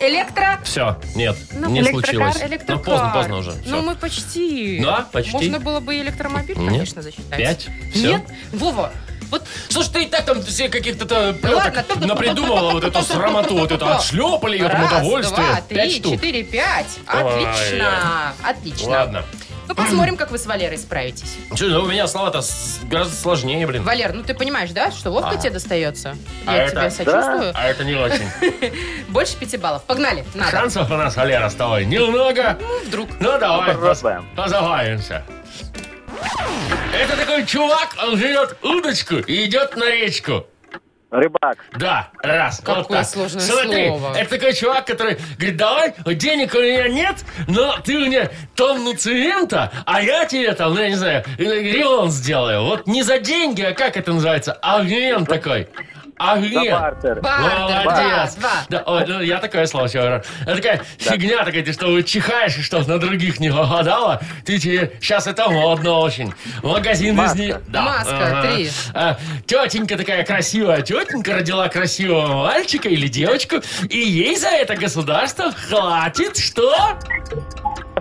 Электро... Все, нет, Ну, не электрокар, случилось. Ну, Электрокар. поздно, поздно уже. Ну, всё. мы почти. Да, почти. Можно было бы и электромобиль, Нет. конечно, засчитать. Пять, всё. Нет, Вова, вот Слушай, ты и так там все каких-то то Ну, Ладно, плёток то- напридумывала вот эту срамоту, вот это отшлепали ее там раз, удовольствие. два, Пять три, штук. четыре, пять. Ой, Отлично, отлично. Ладно. Ну, посмотрим, как вы с Валерой справитесь. Чё, ну, у меня слова-то с- гораздо сложнее, блин. Валер, ну ты понимаешь, да, что Вовка тебе достается? А Я это- тебя сочувствую. А это не очень. Больше пяти баллов. Погнали, надо. Шансов у нас, Валера, с тобой немного. Ну, Вдруг. Ну, давай, пос- Попробуем. позабавимся. Это такой чувак, он берет удочку и идет на речку. Рыбак. Да, раз. Какое вот так. сложное Смотри, слово. это такой чувак, который говорит, давай, денег у меня нет, но ты мне тонну цемента, а я тебе там, ну, я не знаю, э, ремонт сделаю. Вот не за деньги, а как это называется? Обмен такой. На Огне. бартер. Бартер, Молодец. да, два. Да, ой, ну, я такое слово сегодня. говорю. Это такая фигня такая, ты что чихаешь, и что на других не угадала. Ты тебе... Сейчас это модно очень. Магазин из них... Маска, три. А, тетенька такая красивая. Тетенька родила красивого мальчика или девочку. И ей за это государство хватит что?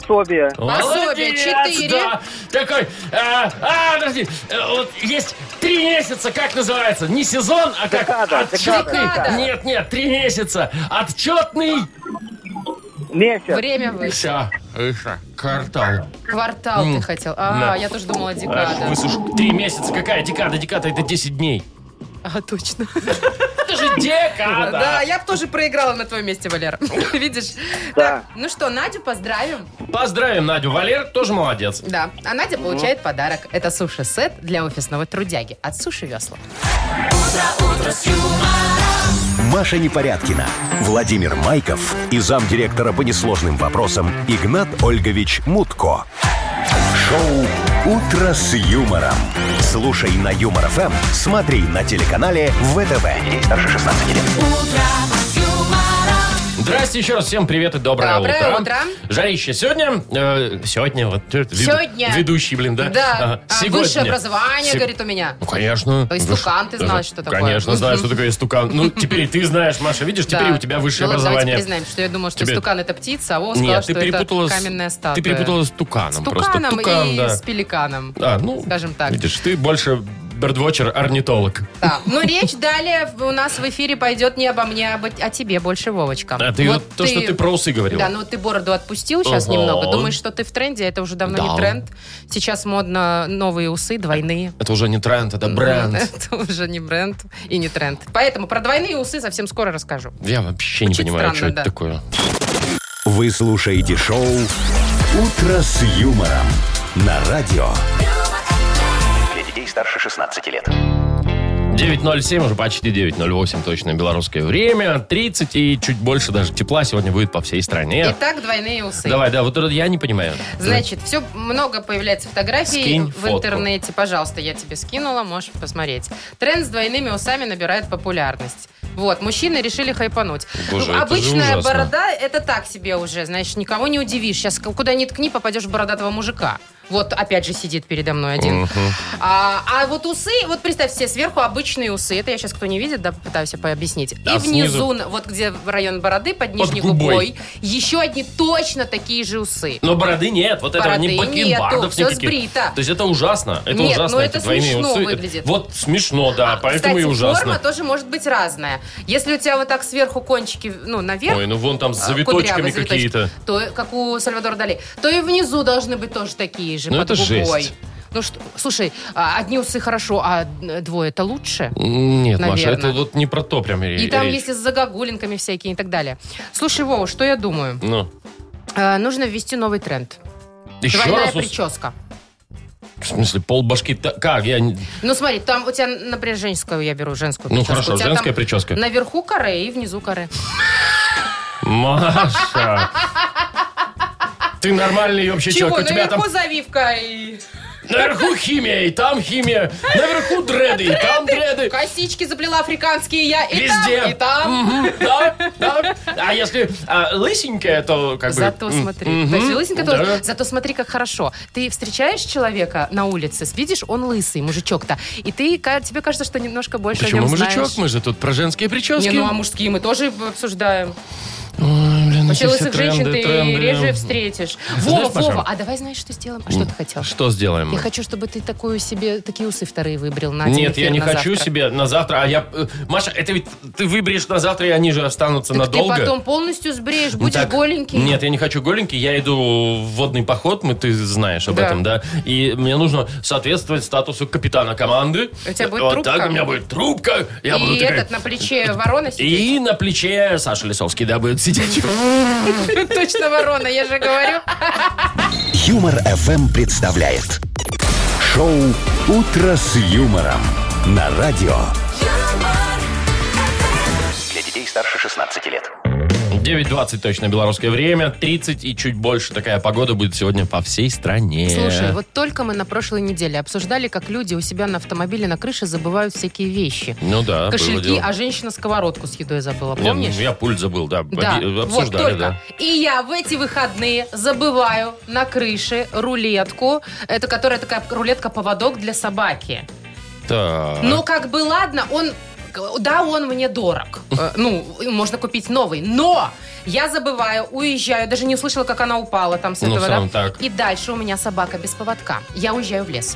Пособие. Пособие Молодец, четыре. Да. Такой, а, а, подожди, э, вот есть три месяца, как называется? Не сезон, а как Декада, отчетный. декада. Нет, нет, три месяца. Отчетный. Месяц. Время вы. Все. Квартал. Квартал ты хотел. А, Да. я тоже думала Вы декада. слушай, три месяца. Какая декада? Декада это 10 дней. А, точно. Это же декада. Да, я бы тоже проиграла на твоем месте, Валер. Видишь? Да. Так, ну что, Надю поздравим. Поздравим Надю. Валер тоже молодец. Да. А Надя получает подарок. Это суши-сет для офисного трудяги от Суши Весла. Маша Непорядкина, Владимир Майков и замдиректора по несложным вопросам Игнат Ольгович Мутко. Шоу «Утро с юмором». Слушай на Юмор ФМ, смотри на телеканале ВТВ. Ей старше 16 лет. Здрасте еще раз. Всем привет и доброе, Доброе утро. Жарище. Сегодня, э, сегодня, вот э, вед- Сегодня. ведущий, блин, да? Ага. Да. А, Сегодня. Высшее образование, Се- говорит, у меня. Ну, конечно. А истукан Вы ты ж- знаешь, что такое. Конечно, знаю, что такое истукан. Ну, теперь и ты знаешь, Маша. Видишь, теперь Да. у тебя высшее Ну ладно, образование. Давайте признаем, что я думала, что Тебе- стукан это птица, а он сказал, Нет, что ты перепутала, это с- каменная статуя. ты перепутала с с туканом. туканом просто. Тукан, и да. с пеликаном. А, ну, Скажем так. Видишь, ты больше бердвотчер, орнитолог. Да. Ну, речь далее в- у нас в эфире пойдет не обо мне, а обо- о тебе больше, Вовочка. А ты вот то, что ты про усы говорила. Да, ну ты бороду отпустил сейчас Ого. немного. Думаешь, что ты в тренде, а это уже давно Да. не тренд. Сейчас модно новые усы, двойные. Это уже не тренд, это бренд. Это уже не бренд и не тренд. Поэтому про двойные усы совсем скоро расскажу. Я вообще не Звучит понимаю, что странно, это да. такое. Вы слушаете шоу «Утро с юмором» на радио. Для детей старше 16 лет. 9.07, уже почти 9.08 точно белорусское время. 30 и чуть больше даже тепла сегодня будет по всей стране. Итак, двойные усы. Давай, да, вот это я не понимаю. Значит, все много появляется фотографий Скинь в фотку. интернете. Пожалуйста, я тебе скинула, можешь посмотреть. Тренд с двойными усами набирает популярность. Вот, мужчины решили хайпануть. Ну, Боже, это же обычная ужасно. борода это так себе уже, знаешь, никого не удивишь. Сейчас куда ни ткни, попадешь в бородатого мужика. Вот опять же сидит передо мной один. А, а вот усы, вот представь все сверху обычные усы. Это я сейчас кто не видит, да, попытаюсь объяснить. А И снизу? внизу, на- вот где район бороды, под нижней губой. губой, еще одни точно такие же усы. Но бороды нет, вот этого не Бороды бакенбардов нету, всё никаких. сбрито. То есть это ужасно, это Нет, ужасно, ну эти это двойные смешно усы. выглядит. А, Вот смешно, да, А поэтому Кстати, и форма ужасно. тоже может быть разная. Если у тебя вот так сверху кончики, ну, наверх, Ой, ну вон там с а, завиточками кудрявые завиточки, какие-то. То, как у Сальвадора Дали, то и внизу должны быть тоже такие же, Ну, под это губой. жесть. Ну что, слушай, а, одни усы хорошо, а двое-то лучше. Нет, Маша, Наверно. это вот не про то прям ре- И там речь. есть и с загогулинками всякие и так далее. Слушай, Вова, что я думаю? Ну, Э, нужно ввести новый тренд. еще Двойная раз, ус- прическа. в смысле, пол башки, как, я, не- Ну смотри, там у тебя, например, женскую я беру, женскую ну прическу. У хорошо, тебя там женская прическа. Наверху коры и внизу коры. Маша. Ты нормальный вообще человек. У тебя там завивка и... наверху химия, и там химия. Наверху дреды, и там дреды. Косички заплела африканские я и Везде. там, и там. Мгм, да, да. А если а, лысенькая, то как бы... Зато м, смотри. мгм, Подожди, лысенька тоже. да. Зато смотри, как хорошо. Ты встречаешь человека на улице, видишь, он лысый, мужичок-то. И ты, ка- тебе кажется, что немножко больше о Почему нем мужичок? знаешь. Мы же тут про женские прически. Не, ну а мужские мы тоже обсуждаем. Ой, блин, эти Вообще Ну, все лысых женщин тренды, ты тренды. реже встретишь. Вова, Знаешь, Маша, Вова, а давай знаешь, что сделаем? А что ты хотел? Что сделаем? Я мы? хочу, чтобы ты такую себе, такие усы вторые выбрил на один Нет, я эфир не на хочу завтра. себе на завтра, а я... э, Маша, это ведь ты выберешь на завтра, и они же останутся Так надолго. ты потом полностью сбреешь, Ну, будешь так, голенький. Нет, я не хочу голенький, я иду в водный поход, мы, ты знаешь об Да. этом, да. И мне нужно соответствовать статусу капитана команды. У тебя будет вот трубка. так у меня будет трубка. Я и буду такая- этот на плече ворона сидит. И на плече Саша Лисовский, да, будет сидеть. Ну, Точно ворона, я же говорю. Юмор FM представляет шоу Утро с юмором на радио. Для детей старше 16 лет. 9.17 9.20 точно белорусское время, 30 и чуть больше такая погода будет сегодня по всей стране. Слушай, вот только мы на прошлой неделе обсуждали, как люди у себя на автомобиле на крыше забывают всякие вещи. Ну да, было Кошельки, дело. а женщина сковородку с едой забыла, Не, ну, помнишь? Я пульт забыл, да. Да, Оди- вот Обсуждали, только. да. И я в эти выходные забываю на крыше рулетку, это которая такая рулетка-поводок для собаки. Так. Ну, как бы ладно, он... Да, он мне дорог. Э, Ну, можно купить новый. Но я забываю, уезжаю, даже не услышала, как она упала там с Ну, в этого. да. целом так. И дальше у меня собака без поводка. Я уезжаю в лес.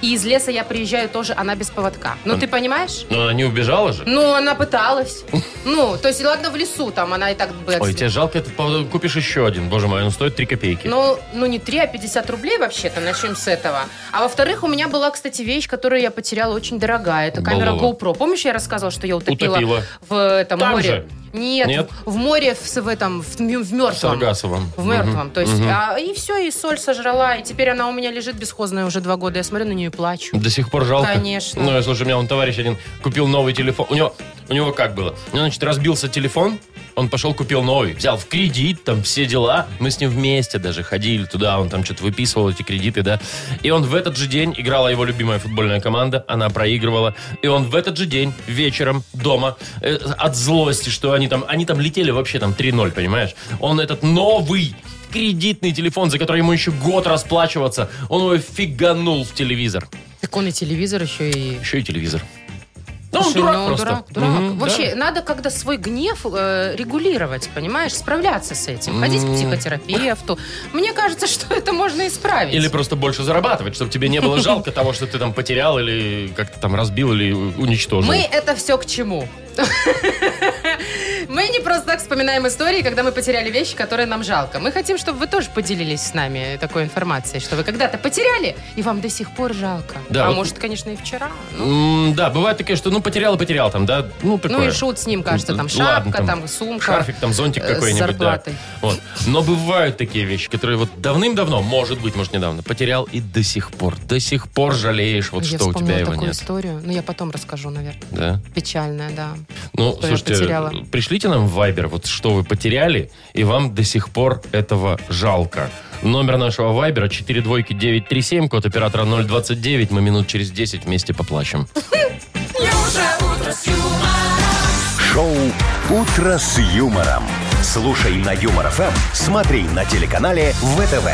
И из леса я приезжаю тоже, она без поводка. Ну, ты понимаешь? Но она не убежала же. Ну, она пыталась. Ну, то есть, ладно, в лесу там она и так бы... Ой, тебе жалко, этот поводок. купишь еще один. Боже мой, он стоит 3 копейки. Ну, ну не 3, а 50 рублей вообще-то, начнем с этого. А во-вторых, у меня была, кстати, вещь, которую я потеряла очень дорогая. Это камера Балова. GoPro. Помнишь, я рассказывала, что я утопила, Утопила. в этом Там море? же? Нет, Нет? В, в море, в, с- в этом, в, мю- в С мертвом. Саргасовым. В мертвом, Мгм. то есть, Мгм. а, и все, и соль сожрала, и теперь она у меня лежит бесхозная уже два года, я смотрю на нее и плачу. До сих пор жалко. Конечно. Ну, я слушай, у меня он товарищ один купил новый телефон. У него, у него как было? У него, значит, разбился телефон, он пошел купил новый, взял в кредит, там все дела. Мы с ним вместе даже ходили туда, он там что-то выписывал эти кредиты, да. И он в этот же день играла его любимая футбольная команда, она проигрывала. И он в этот же день вечером дома э, от злости, что они там, они там летели вообще там 3-0, понимаешь? Он этот новый кредитный телефон, за который ему еще год расплачиваться, он его фиганул в телевизор. Так он и телевизор еще и... Еще и телевизор. Ну, он Слушай, дурак ну, просто. дурак, дурак. Мгм, Вообще, да. надо когда свой гнев э, регулировать, понимаешь, справляться с этим. Ходить к психотерапевту. Мне кажется, что это можно исправить. Или просто больше зарабатывать, чтобы тебе не было жалко того, что ты там потерял или как-то там разбил или у- уничтожил. Мы это все к чему? Мы не просто так вспоминаем истории, когда мы потеряли вещи, которые нам жалко. Мы хотим, чтобы вы тоже поделились с нами такой информацией, что вы когда-то потеряли, и вам до сих пор жалко. Да, а вот- может, конечно, и вчера. Ну, М, да, бывает такие, что ну потерял и потерял там, да, ну такое. Ну и шут с ним, кажется, там Ладно, шапка, там, там, сумка. Шарфик, там зонтик э, с какой-нибудь, да. зарплатой. Вот. Но бывают такие вещи, которые вот давным-давно, может быть, может, недавно, потерял и до сих пор, до сих пор жалеешь, вот я что у вспомнила тебя его такую нет. историю, но я потом расскажу, наверное. Да? Печальная, да. Ну, Что я слушайте, потеряла. пришлите нам в Viber, вот что вы потеряли, и вам до сих пор этого жалко. Номер нашего Вайбера 42937, код оператора 029. Мы минут через 10 вместе поплачем. Шоу «Утро с юмором». Слушай на Юмор ФМ, смотри на телеканале ВТВ.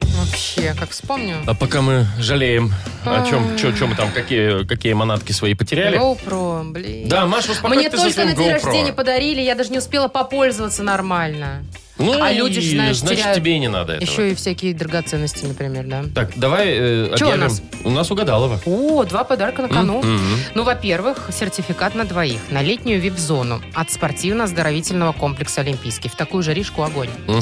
Вообще, как вспомню. А пока мы жалеем, о чем, чё, чё мы там, какие, какие манатки свои потеряли. GoPro, блин. Да, Маша, успокойся Ну, Мне ты со только на своим день GoPro. рождения подарили, я даже не успела попользоваться нормально. Ну а и, люди ж, знаешь, значит, теряют. тебе и не надо этого. Еще и всякие драгоценности, например, да. Так, давай э, Чё у объявим. нас? У нас угадалово. О, два подарка на кону. Мгм. Ну, во-первых, сертификат на двоих на летнюю вип-зону от спортивно-оздоровительного комплекса «Олимпийский». В такую же рижку огонь. Мгм.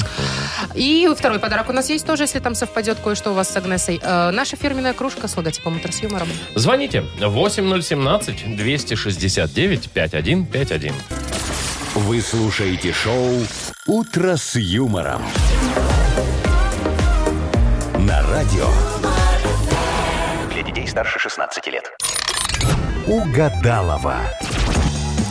И второй подарок у нас есть тоже, если там совпадет кое-что у вас с Агнесой. Э, наша фирменная кружка с логотипом «Утро с юмором». Звоните 8017-269-5151. Вы слушаете шоу «Утро с юмором». На радио Для детей старше 16 лет. «Угадалова».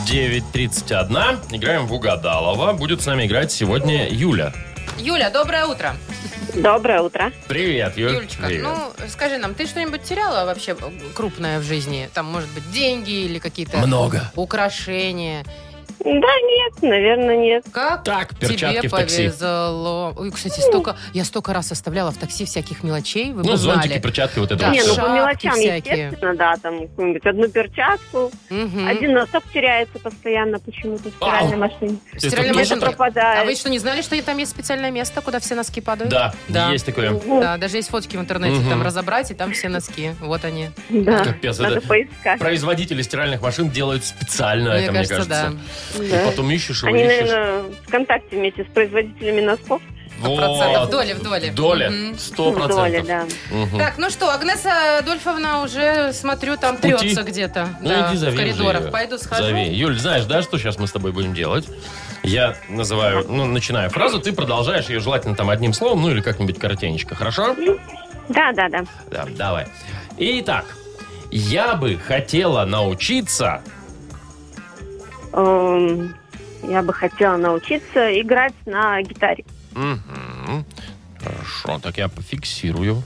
9.31. Играем в Угадалова. Будет с нами играть сегодня Юля. Юля, доброе утро. Доброе утро. Привет, Юля. Юлечка, Привет. ну, скажи нам, ты что-нибудь теряла вообще крупное в жизни? Там, может быть, деньги или какие-то... Много. Украшения. Да нет, наверное, нет. Как Так, перчатки Тебе в такси. повезло. Ой, Ну. кстати, столько, я столько раз оставляла в такси всяких мелочей, вы Ну, бы зонтики, знали. перчатки, вот это Да. вот не, ну всё. шапки по мелочам, всякие. естественно, да, там какую-нибудь одну перчатку, Мгм. один носок теряется постоянно почему-то в стиральной Ау. А машине, стиральной Это тоже машинке. так? пропадает. А вы что, не знали, что там есть специальное место, куда все носки падают? Да, Да. есть такое. Ну, Да, даже есть фотки в интернете, Мгм. там разобрать, и там все носки. Вот они. да. Капец, надо это- поискать. Производители стиральных машин делают специально это, мне кажется. да. И потом ищешь его, Они, ищешь. наверное, ВКонтакте вместе с производителями носков. Сто Вот. процентов. Доли в доле. Доля. Мгм. Сто Доля, процентов. да. Мгм. да. Так, ну что, Агнеса Адольфовна уже, смотрю, там пути. трется где-то. Ну да, иди в зови уже коридорах. её. Пойду схожу. Зови. Юль, знаешь, да, что сейчас мы с тобой будем делать? Я называю, ну, начинаю фразу, ты продолжаешь ее желательно там одним словом, ну или как-нибудь коротенечко, хорошо? Да, да, да. Да, давай. Итак, я бы хотела научиться... Э, эм, я бы хотела научиться играть на гитаре. Мгм. Хорошо, так я пофиксирую.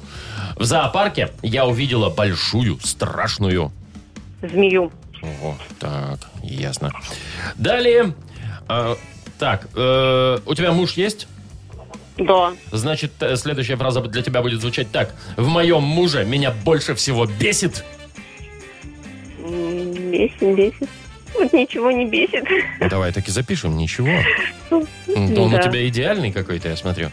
В зоопарке я увидела большую, страшную. Змею. Ого, так, ясно. Далее. э, так, э, у тебя муж есть? Да. Значит, э, следующая фраза для тебя будет звучать так. В моем муже меня больше всего бесит. М, Бесит, бесит. Вот ничего не бесит. Ну, Давай таки запишем, ничего. Ну, Он у да. тебя идеальный какой-то, я смотрю.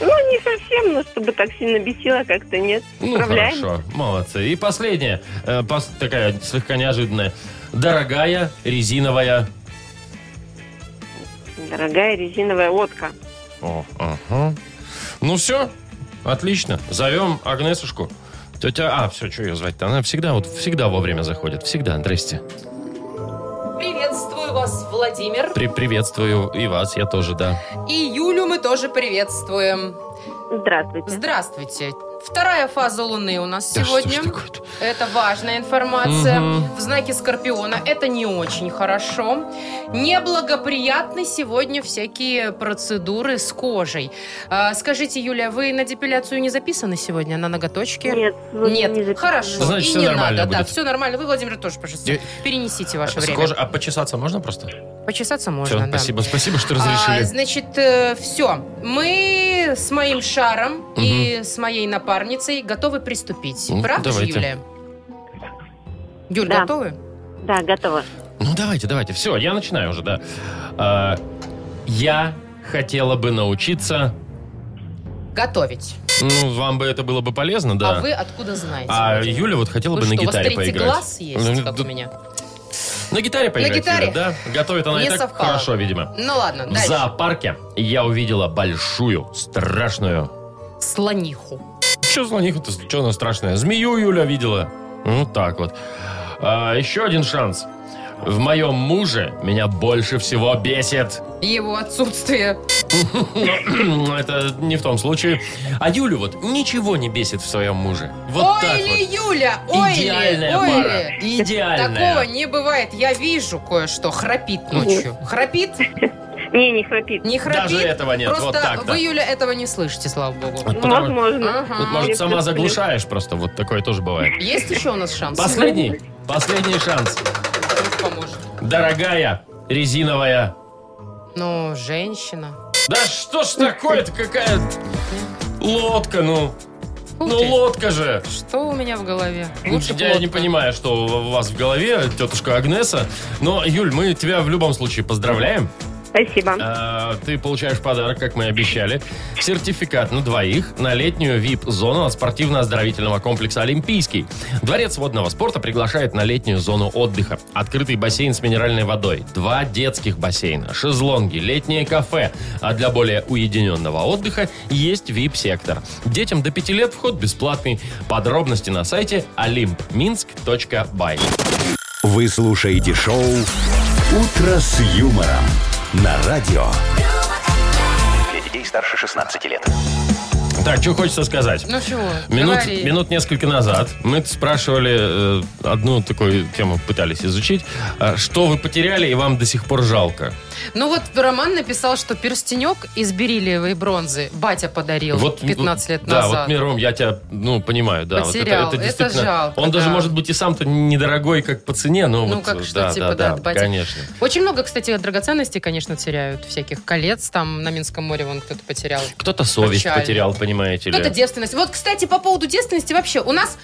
Ну, не совсем, но чтобы так сильно бесило, как-то нет. Ну, Справляемся. хорошо, молодцы. И последняя, э, пос- такая слегка неожиданная. Дорогая резиновая... Дорогая резиновая лодка. О, ага. Ну все, отлично. Зовем Агнесушку. Тетя... А, все, что ее звать-то? Она всегда, вот всегда вовремя заходит. Всегда, здрасте. Приветствую вас, Владимир. При- приветствую и вас, я тоже, да. И Юлю мы тоже приветствуем. Здравствуйте. Здравствуйте. Вторая фаза Луны у нас Да сегодня. что ж такое-то? Это важная информация. Мгм. В знаке Скорпиона это не очень хорошо. Неблагоприятны сегодня всякие процедуры с кожей. А, скажите, Юлия, вы на депиляцию не записаны сегодня? На ноготочке? Нет, вы Нет, не записали. хорошо. Значит, и всё не нормально надо, да, будет. все нормально. Вы, Владимир, тоже, пожалуйста, Ди- перенесите ваше С время. кожи- А почесаться можно просто? Почесаться Всё, можно, да. спасибо, спасибо, что разрешили. А, значит, все. Мы с моим шаром и с моей напарницей готовы приступить. Ну, Правда давайте. же, Юлия? Юль, Да. готовы? Да, готово. Ну, давайте, давайте. Все, я начинаю уже, да. А, я хотела бы научиться... Готовить. Ну, вам бы это было бы полезно, да. А вы откуда знаете? А Владимир? Юля вот хотела Вы бы на что, гитаре у вас третий поиграть. глаз есть, Ну, как да- у меня? На гитаре поиграть, гитаре? Юля, да? Готовит она Не и так совпало. хорошо, видимо. Ну ладно, В дальше. зоопарке я увидела большую, страшную... Слониху. Что слониху-то? Что она страшная? Змею Юля видела. Ну, так вот. А, еще один шанс. В моем муже меня больше всего бесит. Его отсутствие. Но это не в том случае. А Юлю вот ничего не бесит в своем муже. Вот ой так ли, вот. Юля, ой ли, Идеальная ой пара. ли. Идеальная. Такого не бывает. Я вижу кое-что. Храпит ночью. Храпит? Не, не храпит. Не храпит. Даже этого нет, Просто вот так-то. вы, Юля, этого не слышите, слава богу. Вот потому- Возможно. Ага. вот, может, сама Плюс-плюс. заглушаешь просто. Вот такое тоже бывает. Есть еще у нас шанс? Последний. Последний шанс. Муж поможет. Дорогая резиновая. Ну, женщина. Да что ж такое-то, какая лодка, ну. Фу Ну ты. лодка же. Что у меня в голове? Лучше б Я не лодка. понимаю, что у вас в голове, тетушка Агнеса. Но, Юль, мы тебя в любом случае поздравляем. Спасибо. А, Ты получаешь подарок, как мы и обещали. Сертификат на двоих на летнюю VIP-зону от спортивно-оздоровительного комплекса «Олимпийский». Дворец водного спорта приглашает на летнюю зону отдыха. Открытый бассейн с минеральной водой, два детских бассейна, шезлонги, летнее кафе. А для более уединенного отдыха есть VIP-сектор. Детям до 5 лет вход бесплатный. Подробности на сайте olympminsk.by. Вы слушаете шоу «Утро с юмором» на радио. Для детей старше 16 лет. Так, что хочется сказать? Ну чего? Минут, говори. минут несколько назад мы спрашивали, э, одну такую тему пытались изучить, э, что вы потеряли и вам до сих пор жалко. Ну вот Роман написал, что перстенек из бериллиевой бронзы батя подарил Вот, 15 лет да, назад. вот Миром, я тебя, ну, понимаю, да. вот Потерял. это, Это действительно, жалко, Он даже, да. может быть, и сам-то недорогой как по цене, но Ну, вот... как что, да, типа, да, да, да, от батя. конечно. Очень много, кстати, драгоценностей, конечно, теряют. Всяких колец там на Минском море вон кто-то потерял. Кто-то совесть Печально. потерял, понимаете ли. Кто-то Ну, девственность. Вот, кстати, по поводу девственности вообще. У нас,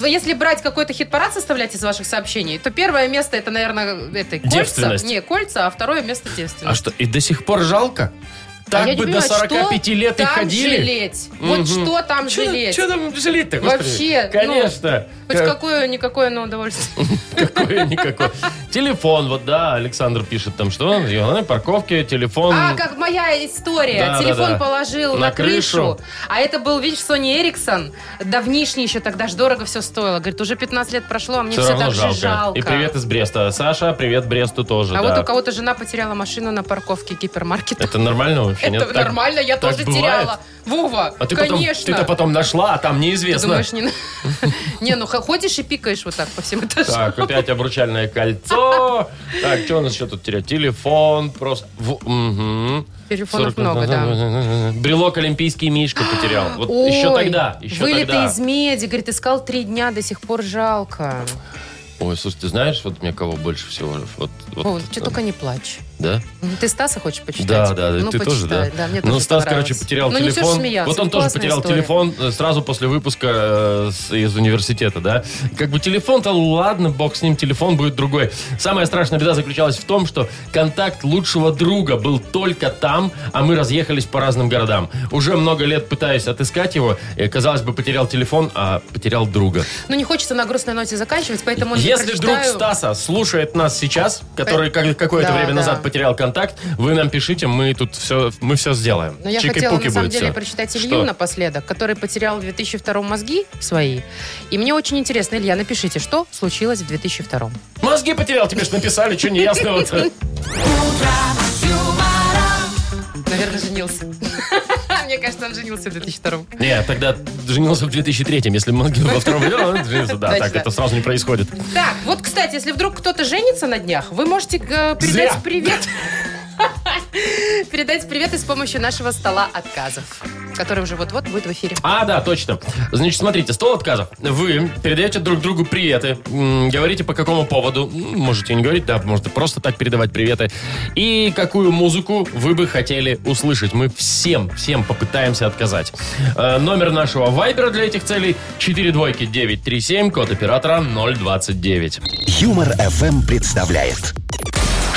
если брать какой-то хит-парад составлять из ваших сообщений, то первое место это, наверное, это кольца. Девственность. Не, кольца, а второе место А девственность. что, и до сих пор жалко? А Так А я не бы до понимаю, 45 что лет и там ходили. жалеть? Вот что там жалеть? Что там жалеть-то, господи? Вообще, ну, Конечно. Хоть Как- какое-никакое, но удовольствие. Какое-никакое. Телефон, вот да, Александр пишет там, что он на парковке, телефон. А, как моя история. Да, Телефон да, да. положил На на, крышу. крышу. А это был, видишь, Сони Эриксон. Давнишний еще, тогда ж дорого все стоило. Говорит, уже 15 лет прошло, а мне все все, равно так жалко. же жалко. И привет из Бреста. Саша, привет Бресту тоже, Ну а да. вот у кого-то жена потеряла машину на парковке гипермаркета. Это нормально вообще. нет? Это Так- нормально, я так тоже бывает? теряла. Вова, А ты потом, конечно. ты-то потом нашла, а там Ты неизвестно. думаешь, не... на- не, ну х- ходишь и пикаешь вот так по всем этажам. Так, опять обручальное кольцо. Так, что у нас еще тут терять? Телефон просто. В- мгм. Телефонов 40 много, назад. Брелок олимпийский мишка потерял. Вот Ой, еще тогда, еще вылитый тогда. из меди, говорит, искал три дня, до сих пор жалко. Ой, слушай, ты знаешь, вот мне кого больше всего? Вот, вот, Вова, что только не плачь. Ну, Да? Ты Стаса хочешь почитать? Да, да, ну, ты тоже, да? почитай, да. мне ну, тоже Стас, понравилось. короче, потерял ну, телефон. не все смеяться. вот он ну, тоже классная потерял история. телефон э, сразу после выпуска э, с- из университета, да? Как бы телефон-то, ладно, бог с ним, телефон будет другой. Самая страшная беда заключалась в том, что контакт лучшего друга был только там, а мы разъехались по разным городам. Уже много лет пытаюсь отыскать его, и, казалось бы, потерял телефон, а потерял друга. Ну, не хочется на грустной ноте заканчивать, поэтому я Если друг прочитаю. Э, Стаса слушает нас сейчас, который как- какое-то Да, время да. назад потерял контакт, вы нам пишите, мы тут все, мы все сделаем. Но я хотела, Чики-пуки на самом будет деле, всё. прочитать Что? Илью напоследок, который потерял в 2002 мозги свои. И мне очень интересно, Илья, напишите, что случилось в 2002 Мозги потерял, тебе же написали, что неясного-то. Наверное, женился. Мне кажется, он женился в 2002 Не, тогда женился в 2003-м, если мозги во втором году, он женился, да, Точно. так это сразу не происходит. Так, вот, кстати, если вдруг кто-то женится на днях, вы можете э, передать Зря. привет. передать привет и с помощью нашего стола отказов, который уже вот-вот будет в эфире. А, да, точно. Значит, смотрите, стол отказов. Вы передаете друг другу приветы, м, говорите по какому поводу, М, можете не говорить, да, можете просто так передавать приветы. И какую музыку вы бы хотели услышать. Мы всем, всем попытаемся отказать. Э, Номер нашего вайбера для этих целей 4 двойки 937, код оператора 029. Юмор FM представляет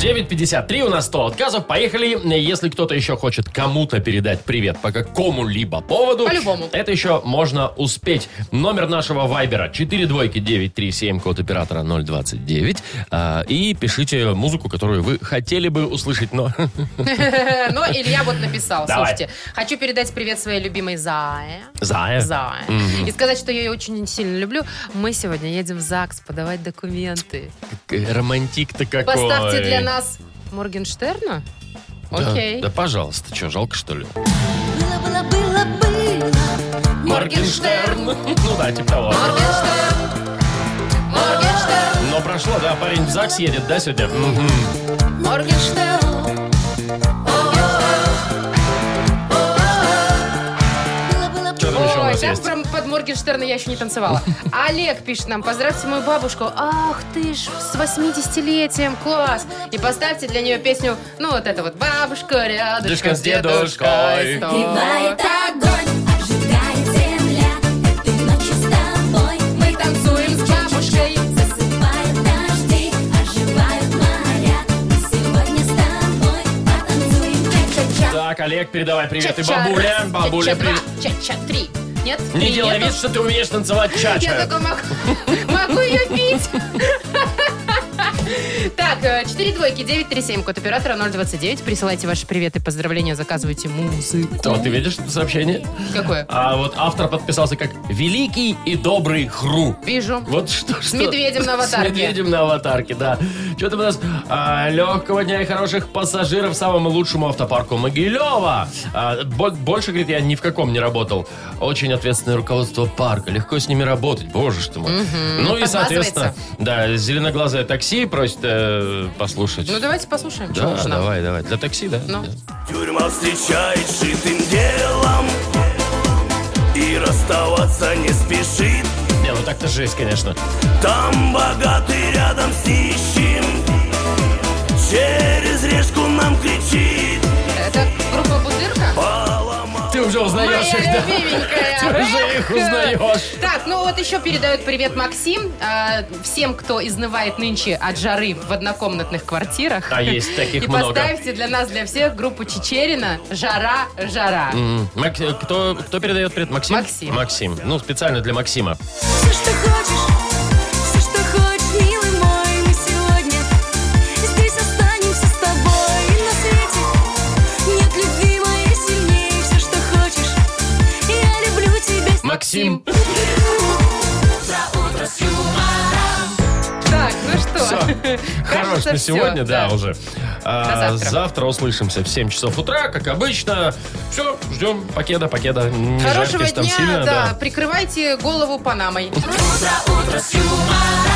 9.53 у нас 100 отказов. Поехали. Если кто-то еще хочет кому-то передать привет по какому-либо поводу... По-любому. Это еще можно успеть. Номер нашего вайбера 4 двойки 937, код оператора 029. А, И пишите музыку, которую вы хотели бы услышать, но... Э, Но Илья вот написал, Давай. слушайте, хочу передать привет своей любимой Зае. Зая. Зае. И сказать, что я ее очень сильно люблю. Мы сегодня едем в ЗАГС подавать документы. К- Э, Романтик-то какой. Поставьте для нас Моргенштерна? Да, Окей. Да, пожалуйста. Что, жалко, что ли? Было, было, было, было. Моргенштерн. Ну да, типа того. Моргенштерн. Моргенштерн. Но прошло, да, парень в ЗАГС едет, да, сегодня? Мгм. Моргенштерн. Было, было, Что там еще у Ой, нас там есть? прям под Моргенштерна я еще не танцевала. Олег пишет нам, поздравьте мою бабушку. Ах ты ж, с 80-летием, класс. И поставьте для нее песню, ну вот это вот, бабушка Дедушка рядышком с с дедушкой». дедушкой. Кивает огонь, обжигает земля. Этой ночью с тобой мы танцуем с бабушкой. Засыпают дожди, оживают моря. Мы сегодня с тобой потанцуем ча-ча-ча. Так, Олег, передавай привет и Ча-ча бабуля. раз, Бабуля, ча-ча привет. два, Ча-ча три. Нет? Не Три делай нету? вид, что ты умеешь танцевать Я чача. только могу, могу ее пить. Так, э, 4 двойки, 937, код оператора 029. Присылайте ваши приветы, поздравления, заказывайте музыку. Вот ты видишь это сообщение? Какое? А вот автор подписался как «Великий и добрый Хру». Вижу. Вот что, что. медведем на аватарке. С медведем на аватарке, да. Что там у нас? А, легкого дня и хороших пассажиров самому лучшему автопарку Могилева. А, бо- больше, говорит, я ни в каком не работал. Очень ответственное руководство парка. Легко с ними работать. Боже что мой. Ну и, соответственно, да, зеленоглазое такси просит э, послушать. Ну, давайте послушаем, что да, нужно. давай, давай. Для такси, да? Ну. Да. Тюрьма встречает шитым делом И расставаться не спешит Не, ну так-то жесть, конечно. Там богатый рядом с нищим Через решку нам кричит Это группа Бутырка? Ты уже узнаешь их, Моя да? любименькая. Ты уже их Эх. узнаешь. Так, ну вот еще передают привет Максим а, всем, кто изнывает нынче от жары в однокомнатных квартирах. А есть таких И много. поставьте для нас, для всех, группу Чечерина «Жара, жара». М, Мак- э, Кто, кто передает привет? Максим? Максим. Максим. Ну, специально для Максима. Все, что хочешь, все, что хочешь, милый мой, мы сегодня здесь останемся с тобой. И на свете нет любви моей сильнее. Все, что хочешь, Максим. Так, ну что? Всё. Хорош Кажется, на всё, сегодня, да, уже. А, завтра. завтра услышимся в 7 часов утра, как обычно. Все, ждем пакета, пакета. Не Хорошего жарьтесь там дня, сильно, да. Прикрывайте голову панамой. утро с юмором.